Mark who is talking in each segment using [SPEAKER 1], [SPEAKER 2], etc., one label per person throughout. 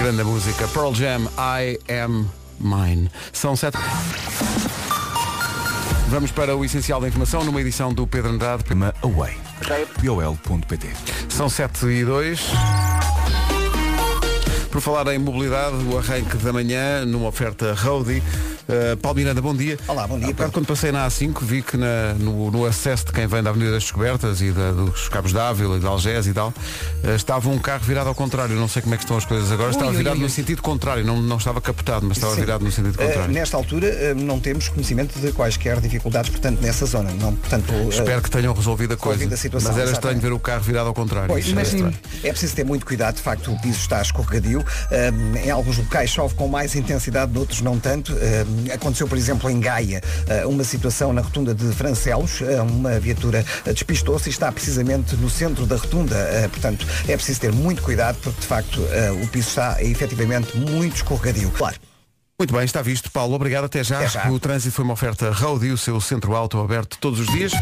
[SPEAKER 1] Grande música. Pearl Jam, I Am Mine. São sete. Vamos para o essencial da informação numa edição do Pedro Andrade.
[SPEAKER 2] Tema Away.
[SPEAKER 3] é
[SPEAKER 2] Piol.pt
[SPEAKER 1] São 7 e 2. Por falar em mobilidade, o arranque da manhã, numa oferta Roadie. Uh, Paulo Miranda, bom dia.
[SPEAKER 4] Olá, bom dia,
[SPEAKER 1] Há bocado,
[SPEAKER 4] Pedro.
[SPEAKER 1] quando passei na A5, vi que na- no, no acesso de quem vem da Avenida das Descobertas e da- dos Cabos de Ávila e de Algés e tal, uh, estava um carro virado ao contrário. Não sei como é que estão as coisas agora. estava
[SPEAKER 4] ui,
[SPEAKER 1] virado
[SPEAKER 4] ui,
[SPEAKER 1] no
[SPEAKER 4] ui.
[SPEAKER 1] sentido contrário. Não, não estava capotado, mas estava
[SPEAKER 4] Sim.
[SPEAKER 1] virado no sentido
[SPEAKER 4] Eh,
[SPEAKER 1] contrário.
[SPEAKER 4] nesta altura eh, não temos conhecimento de quaisquer dificuldades, portanto, nessa zona. Não, portanto, eh,
[SPEAKER 1] Espero que tenham resolvido a coisa.
[SPEAKER 4] resolvido a situação,
[SPEAKER 1] mas era
[SPEAKER 4] exatamente.
[SPEAKER 1] estranho ver o carro virado ao contrário.
[SPEAKER 4] Pois,
[SPEAKER 1] Isso era
[SPEAKER 4] mas sim,
[SPEAKER 1] estranho.
[SPEAKER 4] é preciso ter muito cuidado, de facto o piso está escorregadio, Ahm, em alguns locais chove com mais intensidade, noutros não tanto. Ahm, aconteceu, por exemplo, em Gaia, ah, uma situação na rotunda de Francelos, Ah, uma viatura ah, despistou-se e está precisamente no centro da rotunda, Ah, portanto é preciso ter muito cuidado porque de facto ah, o piso está efetivamente muito escorregadio. Claro.
[SPEAKER 1] Muito bem, está visto, Paulo. Obrigado, até já.
[SPEAKER 4] Até já.
[SPEAKER 1] O trânsito foi uma oferta Road e o seu centro alto aberto todos os dias.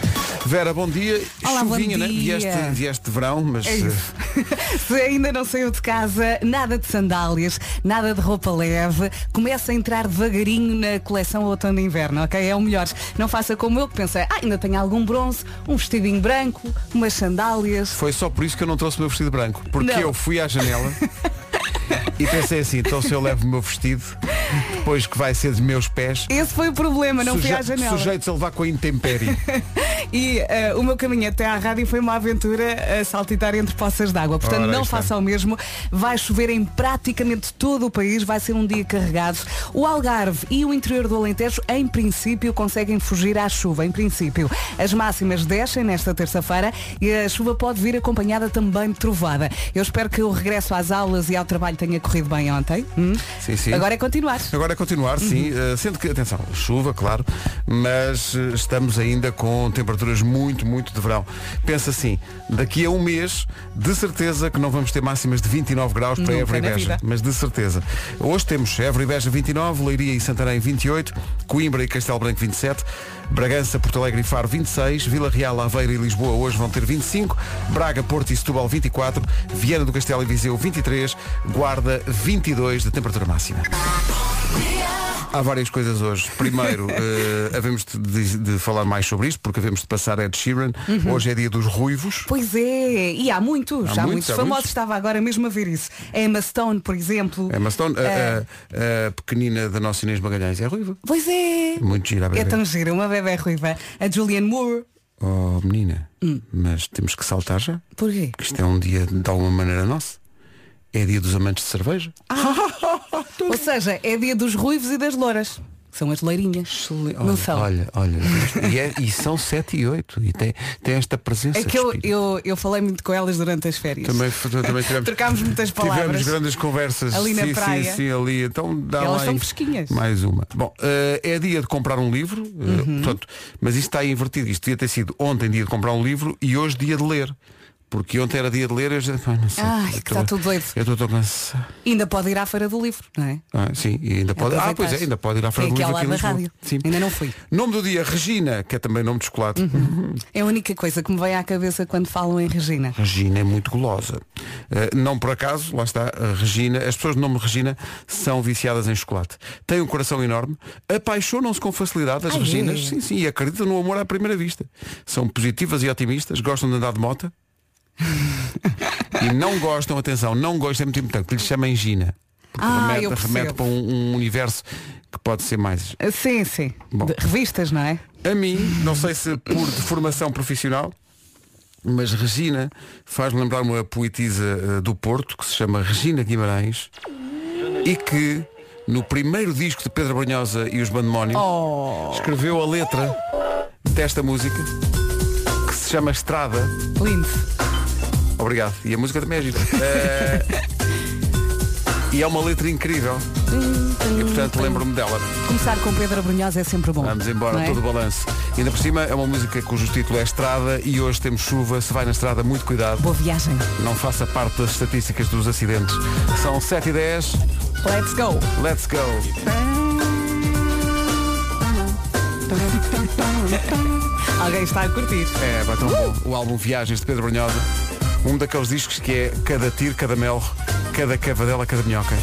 [SPEAKER 1] Vera, bom dia.
[SPEAKER 3] Olá, bom
[SPEAKER 1] Chuvinha, né?
[SPEAKER 3] dia.
[SPEAKER 1] Vieste, vieste de verão, mas eh,
[SPEAKER 3] É isso. Se ainda não saiu de casa, nada de sandálias, nada de roupa leve, começa a entrar devagarinho na coleção outono e inverno, ok? É o melhor. Não faça como eu que pensei, ah, ainda tenho algum bronze, um vestidinho branco, umas
[SPEAKER 1] eh,
[SPEAKER 3] sandálias.
[SPEAKER 1] foi só por isso que eu não trouxe o meu vestido branco. Porque
[SPEAKER 3] Não.
[SPEAKER 1] eu fui à janela e pensei assim, então se eu levo o meu vestido, depois que vai ser dos meus pés,
[SPEAKER 3] Esse foi o problema, não fui
[SPEAKER 1] suje-
[SPEAKER 3] à janela.
[SPEAKER 1] sujeitos a levar com a intempérie.
[SPEAKER 3] E eh, o meu caminho até à rádio foi uma aventura a saltitar entre poças d'água. Portanto,
[SPEAKER 1] Ora, aí
[SPEAKER 3] não
[SPEAKER 1] está.
[SPEAKER 3] faça o mesmo. Vai chover em praticamente todo o país. Vai ser um dia carregado. O Algarve e o interior do Alentejo, em princípio, conseguem fugir à chuva. Em princípio, as máximas descem nesta terça-feira e a chuva pode vir acompanhada também de trovada. Eu espero que o regresso às aulas e ao trabalho tenha corrido bem ontem. Hum?
[SPEAKER 1] Sim, sim.
[SPEAKER 3] Agora é continuar.
[SPEAKER 1] Agora é continuar, sim.
[SPEAKER 3] Uhum.
[SPEAKER 1] eh, sendo que, atenção, chuva, claro, mas eh, estamos ainda com temperaturas muito, muito de verão. Pensa assim, daqui a um mês, de certeza que não vamos ter máximas de 29 graus para
[SPEAKER 3] Nunca
[SPEAKER 1] Évora e
[SPEAKER 3] na
[SPEAKER 1] Beja.
[SPEAKER 3] vida.
[SPEAKER 1] Mas de certeza. Hoje temos Évora e Beja 29, Leiria e Santarém 28, Coimbra e Castelo Branco 27, Bragança, Porto Alegre e Faro 26, Vila Real, Aveiro e Lisboa hoje vão ter 25, Braga, Porto e Setúbal 24, Viana do Castelo e Viseu 23, Guarda 22 de temperatura máxima. Há várias coisas hoje. Primeiro, eh, havemos de, de- de falar mais sobre isto, porque havemos de passar Ed Sheeran.
[SPEAKER 3] Uhum.
[SPEAKER 1] Hoje é dia dos ruivos.
[SPEAKER 3] Pois é, e há muitos,
[SPEAKER 1] Há
[SPEAKER 3] há,
[SPEAKER 1] muitos,
[SPEAKER 3] muitos,
[SPEAKER 1] há
[SPEAKER 3] famosos,
[SPEAKER 1] muitos.
[SPEAKER 3] estava agora mesmo a ver isso. A Emma Stone, por exemplo.
[SPEAKER 1] Emma Stone, a-
[SPEAKER 3] É.
[SPEAKER 1] a, a pequenina da nossa Inês Magalhães é ruiva.
[SPEAKER 3] Pois é.
[SPEAKER 1] Muito gira a bebê.
[SPEAKER 3] É tão gira, uma bebé ruiva. A Julianne Moore.
[SPEAKER 1] Oh, menina,
[SPEAKER 3] Hum.
[SPEAKER 1] mas temos que saltar já,
[SPEAKER 3] Porquê?
[SPEAKER 1] que isto é um dia de alguma maneira nosso. É dia dos amantes de cerveja.
[SPEAKER 3] Ou seja, é dia dos ruivos e das louras. que São as loirinhas.
[SPEAKER 1] olha,
[SPEAKER 3] Ah, Não são.
[SPEAKER 1] Olha, olha. e, é- e são 7 e 8. E tem, tem esta presença.
[SPEAKER 3] É
[SPEAKER 1] de
[SPEAKER 3] que eu,
[SPEAKER 1] espírito.
[SPEAKER 3] eu, eu falei muito com elas durante as férias.
[SPEAKER 1] Também, f- também tivemos,
[SPEAKER 3] Trocámos muitas palavras.
[SPEAKER 1] Tivemos grandes conversas.
[SPEAKER 3] Ali na
[SPEAKER 1] sim,
[SPEAKER 3] praia.
[SPEAKER 1] sim, sim, ali. Então dá
[SPEAKER 3] Elas
[SPEAKER 1] lá
[SPEAKER 3] são
[SPEAKER 1] aí
[SPEAKER 3] fresquinhas.
[SPEAKER 1] Mais uma. Bom, eh, é dia de comprar um livro, eh,
[SPEAKER 3] Uhum.
[SPEAKER 1] portanto, mas isto está invertido. Isto devia ter sido ontem dia de comprar um livro e hoje dia de ler. Porque ontem era dia de ler e hoje pá, não sei.
[SPEAKER 3] Ai,
[SPEAKER 1] Eu
[SPEAKER 3] que
[SPEAKER 1] tô-
[SPEAKER 3] está tudo doido.
[SPEAKER 1] Eu estou tão cansado.
[SPEAKER 3] Ainda pode ir à feira do livro, não é?
[SPEAKER 1] Ah, sim, e ainda pode. Ah,
[SPEAKER 3] Aproveitar.
[SPEAKER 1] pois é, ainda pode ir à
[SPEAKER 3] Foi
[SPEAKER 1] frente do
[SPEAKER 3] aqui ao
[SPEAKER 1] livro aqui em
[SPEAKER 3] lado da rádio.
[SPEAKER 1] Lisboa. Sim.
[SPEAKER 3] Ainda não fui.
[SPEAKER 1] Nome do dia, Regina, que é também nome de chocolate.
[SPEAKER 3] É a única coisa que me vem à cabeça quando falam em Regina.
[SPEAKER 1] Regina é muito golosa. Uh, não por acaso, lá está, a Regina, as pessoas do nome Regina são viciadas em chocolate. Têm um coração enorme, apaixonam-se com facilidade as
[SPEAKER 3] Ah, é?
[SPEAKER 1] Reginas, sim, sim, e acreditam no amor à primeira vista. São positivas e otimistas, gostam de andar de mota e não gostam, atenção, não gostam, é muito importante, que lhes chamem Gina. Porque
[SPEAKER 3] Ah, eu
[SPEAKER 1] remete,
[SPEAKER 3] percebo.
[SPEAKER 1] remete para um, um universo que pode ser mais.
[SPEAKER 3] Ah, Sim, sim.
[SPEAKER 1] Hum. Bom.
[SPEAKER 3] De revistas, não é?
[SPEAKER 1] A mim, não sei se por deformação profissional, mas Regina faz-me lembrar uma poetisa eh, do Porto que se chama Regina Guimarães e que no primeiro disco de Pedro Brunhosa e os Bandemónios
[SPEAKER 3] Oh,
[SPEAKER 1] escreveu a letra desta música que se chama Estrada.
[SPEAKER 3] Lindo.
[SPEAKER 1] Obrigado. E a música também é gira. Eh, e é uma letra incrível. E portanto lembro-me dela.
[SPEAKER 3] Começar com Pedro Brunhosa é sempre bom.
[SPEAKER 1] Vamos embora,
[SPEAKER 3] não é?
[SPEAKER 1] todo o balanço. Ainda por cima é uma música cujo título é Estrada e hoje temos chuva. Se vai na estrada, muito cuidado.
[SPEAKER 3] Boa viagem.
[SPEAKER 1] Não faça parte das estatísticas dos acidentes. São 7 e 10
[SPEAKER 3] Let's go.
[SPEAKER 1] let's go.
[SPEAKER 3] Alguém está a curtir.
[SPEAKER 1] É, vai tão Um bom. O álbum Viagens de Pedro Brunhosa. Um daqueles discos que é cada tiro, cada mel, cada cavadela, cada minhoca.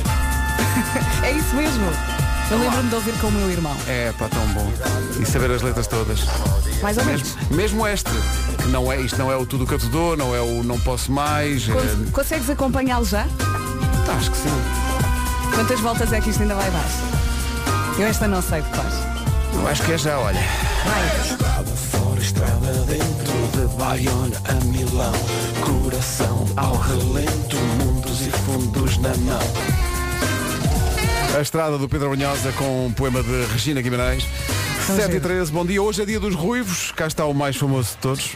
[SPEAKER 3] É isso mesmo. Eu lembro-me de ouvir com o meu irmão.
[SPEAKER 1] É pá, tão bom. E saber as letras todas.
[SPEAKER 3] Mais ou menos.
[SPEAKER 1] Mesmo, mesmo este, que não é, isto não é o tudo que eu te dou, não é o não posso mais. é-
[SPEAKER 3] Cons- Consegues acompanhá-lo já?
[SPEAKER 1] acho que sim.
[SPEAKER 3] Quantas voltas é que isto ainda vai dar? Eu esta não sei depois.
[SPEAKER 1] Eu acho que é já, olha.
[SPEAKER 5] Estrada fora, estrada dentro De Bayona a Milão Coração ao relento Mundos e fundos na mão
[SPEAKER 1] A estrada do Pedro Brunhosa com um poema de Regina Guimarães.
[SPEAKER 3] Tão
[SPEAKER 1] 7 e
[SPEAKER 3] giro.
[SPEAKER 1] 13, bom dia. Hoje é dia dos ruivos. Cá está o mais famoso de todos.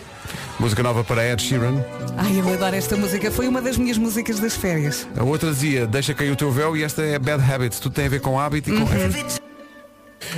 [SPEAKER 1] Música nova para Ed Sheeran.
[SPEAKER 3] Ai, eu adoro esta música. Foi uma das minhas músicas das férias.
[SPEAKER 1] A outra dizia Deixa cair o teu véu e esta é Bad Habits. Tudo tem a ver com hábito
[SPEAKER 3] Uhum.
[SPEAKER 1] e com.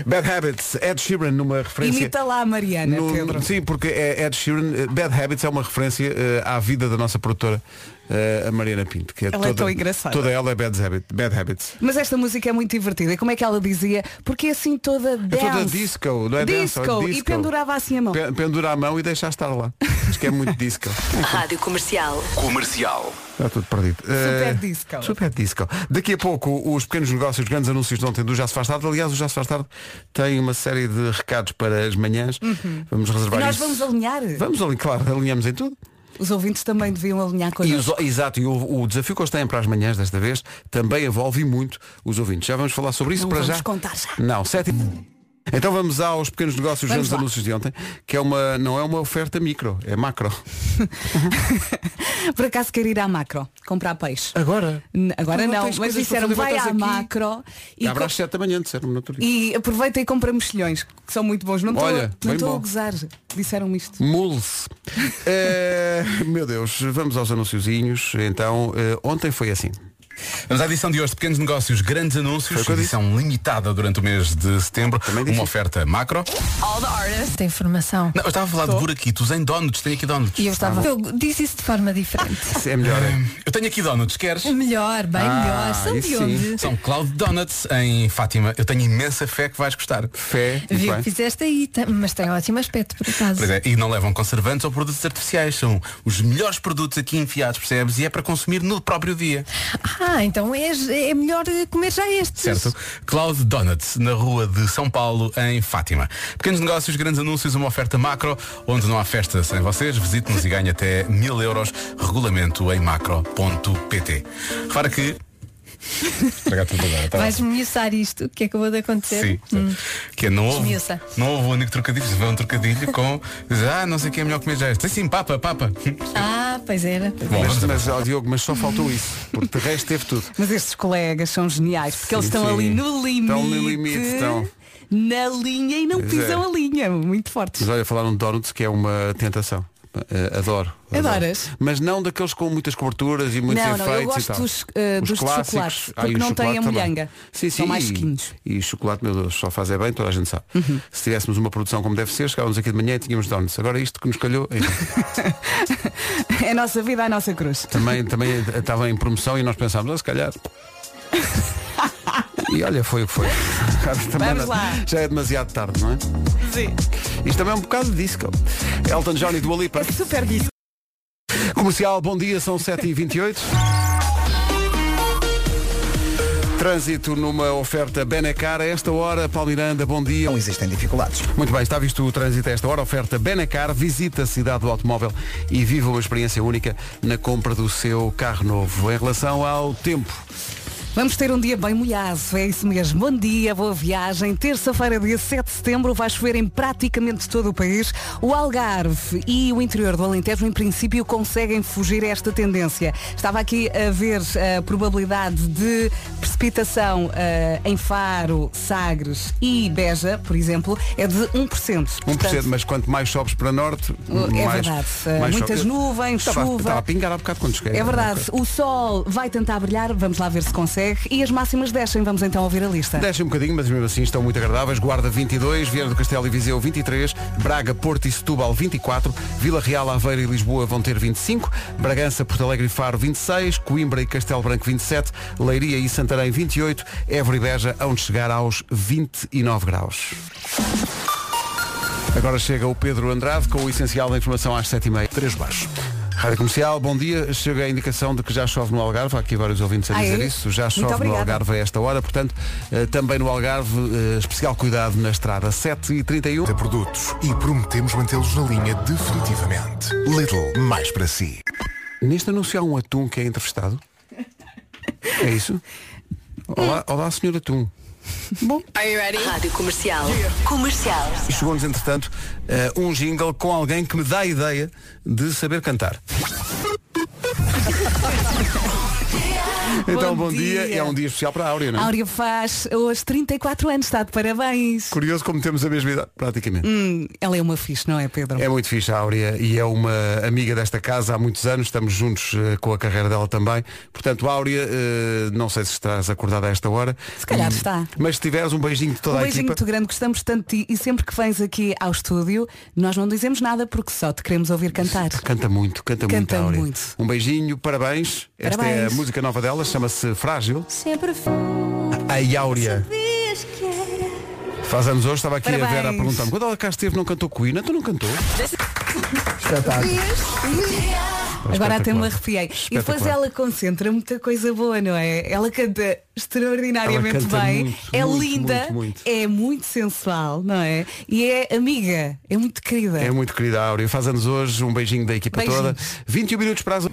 [SPEAKER 1] Bad Habits, Ed Sheeran numa referência.
[SPEAKER 3] Imita lá a Mariana,
[SPEAKER 1] No-
[SPEAKER 3] Pedro.
[SPEAKER 1] assim. Sim, porque é Ed Sheeran, eh, Bad Habits é uma referência eh, à vida da nossa produtora, eh, a Mariana Pinto, que é
[SPEAKER 3] Ela é
[SPEAKER 1] toda,
[SPEAKER 3] tão engraçada.
[SPEAKER 1] Toda ela é Bad, habit, bad Habits.
[SPEAKER 3] Mas esta música é muito divertida. E como é que ela dizia? Porque é assim toda
[SPEAKER 1] É
[SPEAKER 3] dance.
[SPEAKER 1] toda disco, não é dance,
[SPEAKER 3] disco.
[SPEAKER 1] é
[SPEAKER 3] E pendurava assim a mão.
[SPEAKER 1] Pe- Pendura a mão e deixa estar lá. Acho que é muito disco.
[SPEAKER 6] Rádio Comercial.
[SPEAKER 2] Comercial.
[SPEAKER 1] Está tudo perdido.
[SPEAKER 3] Super
[SPEAKER 1] Eh,
[SPEAKER 3] disco.
[SPEAKER 1] Super disco. Daqui a pouco, os pequenos negócios, os grandes anúncios de ontem do Já Se Faz Tarde. Aliás, o Já Se Faz Tarde tem uma série de recados para as manhãs. Vamos
[SPEAKER 3] Uhum. E
[SPEAKER 1] reservar
[SPEAKER 3] nós
[SPEAKER 1] isso.
[SPEAKER 3] vamos alinhar.
[SPEAKER 1] Vamos ali, claro, alinhamos em tudo.
[SPEAKER 3] Os ouvintes também deviam alinhar
[SPEAKER 1] E
[SPEAKER 3] coisas.
[SPEAKER 1] os- exato, e o, o desafio que eles têm para as manhãs desta vez também envolve e muito os ouvintes. Já vamos falar sobre isso
[SPEAKER 3] Não
[SPEAKER 1] para
[SPEAKER 3] vamos
[SPEAKER 1] já.
[SPEAKER 3] contar já.
[SPEAKER 1] Não, sete e- Então vamos aos pequenos negócios,
[SPEAKER 3] Vamos
[SPEAKER 1] grandes
[SPEAKER 3] lá.
[SPEAKER 1] anúncios de ontem, que é uma, não é uma oferta micro, é macro.
[SPEAKER 3] Por acaso quer ir à macro, comprar peixe.
[SPEAKER 1] Agora?
[SPEAKER 3] N- Agora
[SPEAKER 1] Tu não
[SPEAKER 3] não,
[SPEAKER 1] Então,
[SPEAKER 3] mas
[SPEAKER 1] tens coisas para
[SPEAKER 3] disseram
[SPEAKER 1] fazer,
[SPEAKER 3] vai
[SPEAKER 1] estás
[SPEAKER 3] à
[SPEAKER 1] aqui.
[SPEAKER 3] macro e,
[SPEAKER 1] Abre
[SPEAKER 3] co-
[SPEAKER 1] às 7 da manhã, disseram-me no outro dia.
[SPEAKER 3] e aproveita e compra mexilhões, que são muito bons. Não
[SPEAKER 1] Olha, bem
[SPEAKER 3] estou
[SPEAKER 1] bom.
[SPEAKER 3] a gozar. Disseram-me isto.
[SPEAKER 1] Mule-se. Eh, meu Deus, vamos aos anunciozinhos. Então, eh, ontem foi assim.
[SPEAKER 2] Vamos à edição de hoje de Pequenos Negócios, Grandes Anúncios.
[SPEAKER 1] o que eu
[SPEAKER 2] Edição limitada durante o mês de setembro.
[SPEAKER 1] Também disse.
[SPEAKER 2] Uma oferta macro.
[SPEAKER 7] Esta informação.
[SPEAKER 2] Não, eu estava a falar de buraquitos em donuts. Tenho aqui donuts.
[SPEAKER 7] E eu estava. Eu disse isso de forma diferente.
[SPEAKER 1] É melhor, é?
[SPEAKER 2] Eu tenho aqui donuts, queres?
[SPEAKER 7] Melhor, bem
[SPEAKER 2] Ah,
[SPEAKER 7] melhor. São
[SPEAKER 1] isso
[SPEAKER 7] de
[SPEAKER 1] sim.
[SPEAKER 7] onde?
[SPEAKER 2] São Cloud Donuts em Fátima. Eu tenho imensa fé que vais gostar.
[SPEAKER 1] Fé. muito
[SPEAKER 7] Viu,
[SPEAKER 1] bem.
[SPEAKER 7] fizeste aí, tem- mas tem ótimo aspecto, por acaso.
[SPEAKER 2] Pois é, e não levam conservantes ou produtos artificiais. São os melhores produtos aqui enfiados, percebes? E é para consumir no próprio dia.
[SPEAKER 7] Ah, então é, é melhor eh, comer já estes.
[SPEAKER 2] Certo? Cloud Donuts, na rua de São Paulo, em Fátima. Pequenos negócios, grandes anúncios, uma oferta macro, onde não há festa sem vocês. Visite-nos e ganhe até mil euros. Regulamento em macro.pt. Repara que. Estragar tudo agora, tá bom.
[SPEAKER 7] Vais esmiuçar isto que acabou de acontecer.
[SPEAKER 2] Sim, sim. que é, não houve,
[SPEAKER 7] Esmiuça.
[SPEAKER 2] não houve o único trocadilho, se vê um trocadilho com ah, não sei o que é melhor comer já este. Sim, papa, papa.
[SPEAKER 7] Ah, pois era.
[SPEAKER 2] Bom,
[SPEAKER 1] Mas,
[SPEAKER 2] vamos
[SPEAKER 1] mas, ó, Diogo, mas só faltou isso. Porque de resto teve tudo.
[SPEAKER 3] Mas estes colegas são geniais, porque eles
[SPEAKER 1] Sim,
[SPEAKER 3] estão
[SPEAKER 1] sim.
[SPEAKER 3] ali no limite.
[SPEAKER 1] Estão no limite, estão.
[SPEAKER 3] Na linha e não
[SPEAKER 1] Pois
[SPEAKER 3] pisam
[SPEAKER 1] é.
[SPEAKER 3] a linha. Muito fortes.
[SPEAKER 1] Mas olha, falaram de donuts que é uma tentação. Eh, adoro, adoro.
[SPEAKER 3] Adoras?
[SPEAKER 1] Mas não daqueles com muitas coberturas e muitos
[SPEAKER 3] Não,
[SPEAKER 1] efeitos
[SPEAKER 3] não, eu
[SPEAKER 1] e
[SPEAKER 3] gosto
[SPEAKER 1] tal.
[SPEAKER 3] dos, eh, dos de
[SPEAKER 1] clássicos.
[SPEAKER 3] chocolate,
[SPEAKER 1] Ah,
[SPEAKER 3] porque
[SPEAKER 1] e o
[SPEAKER 3] não têm
[SPEAKER 1] chocolate
[SPEAKER 3] a
[SPEAKER 1] também.
[SPEAKER 3] molhanga.
[SPEAKER 1] Sim, sim,
[SPEAKER 3] São mais Uhum.
[SPEAKER 1] e-
[SPEAKER 3] chiquinhos.
[SPEAKER 1] E, chocolate, meu Deus, só faz é bem, toda a gente sabe. Se tivéssemos uma produção como deve ser, chegávamos aqui de manhã e tínhamos donuts. Agora isto que nos calhou, enfim,
[SPEAKER 3] É a nossa vida, é a nossa cruz.
[SPEAKER 1] também, também estava em promoção e nós pensámos, ah, se calhar. E olha, foi o que foi. Cara, também
[SPEAKER 3] Vamos
[SPEAKER 1] não-
[SPEAKER 3] lá.
[SPEAKER 1] Já é demasiado tarde, não é? Isto também é um bocado de disco. Elton John e Dua Lipa.
[SPEAKER 3] É super disso.
[SPEAKER 1] Comercial, bom dia, são 7h28. Trânsito numa oferta Benacar a esta hora. Paulo Miranda, bom dia.
[SPEAKER 4] Não existem dificuldades.
[SPEAKER 1] Muito bem, está visto o trânsito a esta hora. Oferta Benacar, visita a cidade do automóvel e viva uma experiência única na compra do seu carro novo. Em relação ao tempo,
[SPEAKER 3] Vamos ter um dia bem molhado, é isso mesmo. Bom dia, boa viagem. Terça-feira, dia 7 de setembro, vai chover em praticamente todo o país. O Algarve e o interior do Alentejo, em princípio, conseguem fugir a esta tendência. Estava aqui a ver a probabilidade de precipitação eh, em Faro, Sagres e Beja, por exemplo, é de 1%.
[SPEAKER 1] 1%,
[SPEAKER 3] Portanto,
[SPEAKER 1] mas quanto mais sobes para norte,
[SPEAKER 3] é
[SPEAKER 1] mais,
[SPEAKER 3] verdade. Eh, muitas
[SPEAKER 1] sobe.
[SPEAKER 3] nuvens,
[SPEAKER 1] estava,
[SPEAKER 3] chuva.
[SPEAKER 1] Estava a pingar há bocado quando cheguei.
[SPEAKER 3] É verdade, o sol vai tentar brilhar, vamos lá ver se consegue. E as máximas descem, vamos então ouvir a lista.
[SPEAKER 1] Desce um bocadinho, mas mesmo assim estão muito agradáveis. Guarda 22, Vieira do Castelo e Viseu 23, Braga, Porto e Setúbal 24, Vila Real, Aveiro e Lisboa vão ter 25, Bragança, Porto Alegre e Faro 26, Coimbra e Castelo Branco 27, Leiria e Santarém 28, Évora e Beja onde chegar aos 29 graus. Agora chega o Pedro Andrade com o essencial da informação às 7h30. 3 baixos. Rádio Comercial, bom dia. Chega a indicação de que já chove no Algarve. Há aqui vários ouvintes a
[SPEAKER 3] Ah, é?
[SPEAKER 1] dizer isso. Já
[SPEAKER 3] Muito
[SPEAKER 1] chove no
[SPEAKER 3] obrigada.
[SPEAKER 1] Algarve a esta hora. Portanto, eh, também no Algarve, eh, especial cuidado na estrada 7 e 31.
[SPEAKER 6] de produtos e prometemos mantê-los na linha definitivamente. Little, mais para si.
[SPEAKER 1] Neste anúncio há um atum que é entrevistado. É isso? Olá, olá senhor atum.
[SPEAKER 8] Rádio Comercial. Comercial.
[SPEAKER 1] E chegou-nos, entretanto, eh, um jingle com alguém que me dá a ideia de saber cantar. então, bom,
[SPEAKER 3] Bom
[SPEAKER 1] dia.
[SPEAKER 3] dia.
[SPEAKER 1] É um dia especial para a Áurea, não é?
[SPEAKER 3] Áurea faz hoje 34 anos, está de parabéns.
[SPEAKER 1] Curioso como temos a mesma idade, praticamente.
[SPEAKER 3] Hum, ela é uma fixe, não é, Pedro?
[SPEAKER 1] É muito fixe a Áurea e é uma amiga desta casa há muitos anos, estamos juntos eh, com a carreira dela também. Portanto, Áurea, eh, não sei se estás acordada a esta hora.
[SPEAKER 3] Se calhar
[SPEAKER 1] Hum,
[SPEAKER 3] está.
[SPEAKER 1] Mas se tiveres um beijinho de toda
[SPEAKER 3] Um
[SPEAKER 1] a
[SPEAKER 3] beijinho
[SPEAKER 1] equipa.
[SPEAKER 3] muito grande, gostamos tanto de ti e sempre que vens aqui ao estúdio, nós não dizemos nada porque só te queremos ouvir cantar.
[SPEAKER 1] Canta muito, canta, muito,
[SPEAKER 3] Canta
[SPEAKER 1] Áurea.
[SPEAKER 3] muito.
[SPEAKER 1] Um beijinho, parabéns. Esta é a
[SPEAKER 3] Parabéns.
[SPEAKER 1] música nova dela, chama-se Frágil.
[SPEAKER 7] Sempre
[SPEAKER 1] A Áurea
[SPEAKER 7] fiz que era.
[SPEAKER 1] faz anos hoje, estava aqui a
[SPEAKER 3] Parabéns.
[SPEAKER 1] Vera a perguntar-me, quando ela cá esteve não cantou Queen, tu não cantou?
[SPEAKER 4] Espetáculo.
[SPEAKER 3] Agora até me
[SPEAKER 1] Espetacular.
[SPEAKER 3] arrepiei. E depois
[SPEAKER 1] Espetacular.
[SPEAKER 3] ela concentra muita coisa boa, não é? Ela canta extraordinariamente
[SPEAKER 1] Ela canta
[SPEAKER 3] bem,
[SPEAKER 1] muito,
[SPEAKER 3] é
[SPEAKER 1] muito,
[SPEAKER 3] linda,
[SPEAKER 1] muito, muito.
[SPEAKER 3] é muito sensual, não é? E é amiga, é muito querida.
[SPEAKER 1] É muito querida a Áurea. Faz anos hoje, um beijinho da equipa
[SPEAKER 3] Beijinhos.
[SPEAKER 1] toda. 21 minutos para as...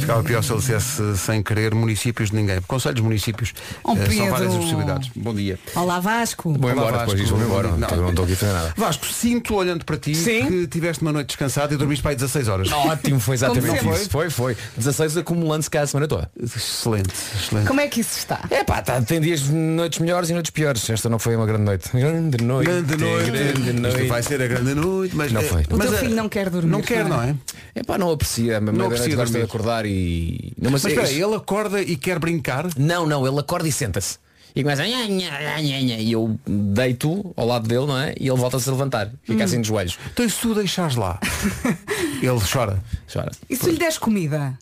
[SPEAKER 1] Ficava pior se ele dissesse sem querer municípios de ninguém. Conselhos municípios.
[SPEAKER 3] Oh,
[SPEAKER 1] Eh, são
[SPEAKER 3] Pedro.
[SPEAKER 1] várias as possibilidades. Bom dia.
[SPEAKER 3] Olá Vasco.
[SPEAKER 2] Vou
[SPEAKER 1] Olá,
[SPEAKER 2] embora,
[SPEAKER 1] Vasco.
[SPEAKER 2] depois disso vou embora.
[SPEAKER 1] Não.
[SPEAKER 2] Não, não estou aqui a fazer nada.
[SPEAKER 1] Vasco, sinto olhando para ti
[SPEAKER 9] Sim.
[SPEAKER 1] que tiveste uma noite descansada e dormiste para aí 16 horas.
[SPEAKER 9] Ótimo, foi
[SPEAKER 3] Como
[SPEAKER 9] exatamente
[SPEAKER 3] sempre.
[SPEAKER 9] isso. Foi, foi. 16 acumulando-se cada semana toda.
[SPEAKER 1] Excelente, excelente.
[SPEAKER 3] Como é que isso está?
[SPEAKER 9] É pá, tá, tem dias, noites melhores e noites piores. Esta não foi uma grande noite. Grande noite.
[SPEAKER 1] Grande noite.
[SPEAKER 9] Grande
[SPEAKER 1] Isto
[SPEAKER 9] noite.
[SPEAKER 1] Vai ser a grande noite, mas é-
[SPEAKER 9] Não foi.
[SPEAKER 3] O
[SPEAKER 1] mas
[SPEAKER 3] teu
[SPEAKER 1] a-
[SPEAKER 3] filho não quer dormir.
[SPEAKER 1] Não quer, não é?
[SPEAKER 9] É pá, não aprecia. Mas
[SPEAKER 1] Não
[SPEAKER 9] não
[SPEAKER 1] aprecia
[SPEAKER 9] aprecia gosta de
[SPEAKER 1] dormir.
[SPEAKER 9] acordar e... Não,
[SPEAKER 1] Mas espera, aí, ele acorda e quer brincar?
[SPEAKER 9] Não, não, ele acorda e senta-se. E começa a... E eu deito ao lado dele, não é? E ele volta-se a levantar. Fica assim de joelhos.
[SPEAKER 1] Então e se tu deixares lá? Ele chora.
[SPEAKER 9] Chora.
[SPEAKER 3] E se lhe des comida?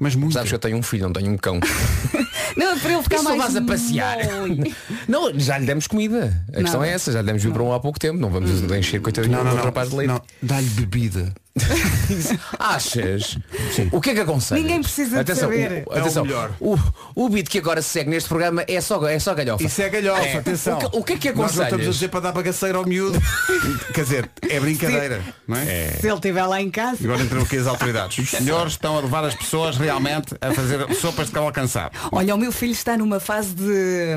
[SPEAKER 1] Mas muito.
[SPEAKER 9] Sabes que eu tenho um filho, não tenho um cão.
[SPEAKER 3] Não, é para ele ficar
[SPEAKER 9] Isso
[SPEAKER 3] mais
[SPEAKER 9] vais a passear.
[SPEAKER 3] mole.
[SPEAKER 9] Não, já lhe demos comida. A questão é essa, já lhe demos vibrão há pouco tempo. Não vamos
[SPEAKER 3] Uhum.
[SPEAKER 9] encher coitadinho
[SPEAKER 1] Não,
[SPEAKER 9] não,
[SPEAKER 1] não,
[SPEAKER 9] outro um rapaz de
[SPEAKER 1] não.
[SPEAKER 9] leite.
[SPEAKER 1] não. Dá-lhe bebida.
[SPEAKER 9] Achas? O que é que aconselhas?
[SPEAKER 3] Ninguém precisa de
[SPEAKER 9] atenção,
[SPEAKER 3] saber.
[SPEAKER 9] O, atenção,
[SPEAKER 1] É o melhor.
[SPEAKER 9] O, o beat que agora se segue neste programa é só, é só galhofa.
[SPEAKER 1] Isso é galhofa,
[SPEAKER 9] É.
[SPEAKER 1] atenção.
[SPEAKER 9] O que- o que é que
[SPEAKER 1] Nós não estamos a
[SPEAKER 9] aconselhas?
[SPEAKER 1] dizer para dar bagaceira ao miúdo. Quer dizer, é brincadeira, não é?
[SPEAKER 3] Se ele estiver lá em casa.
[SPEAKER 1] Agora entram aqui as autoridades. Os senhores estão a levar as pessoas realmente a fazer sopas de cavalo cansado.
[SPEAKER 3] Olha, o meu filho está numa fase de,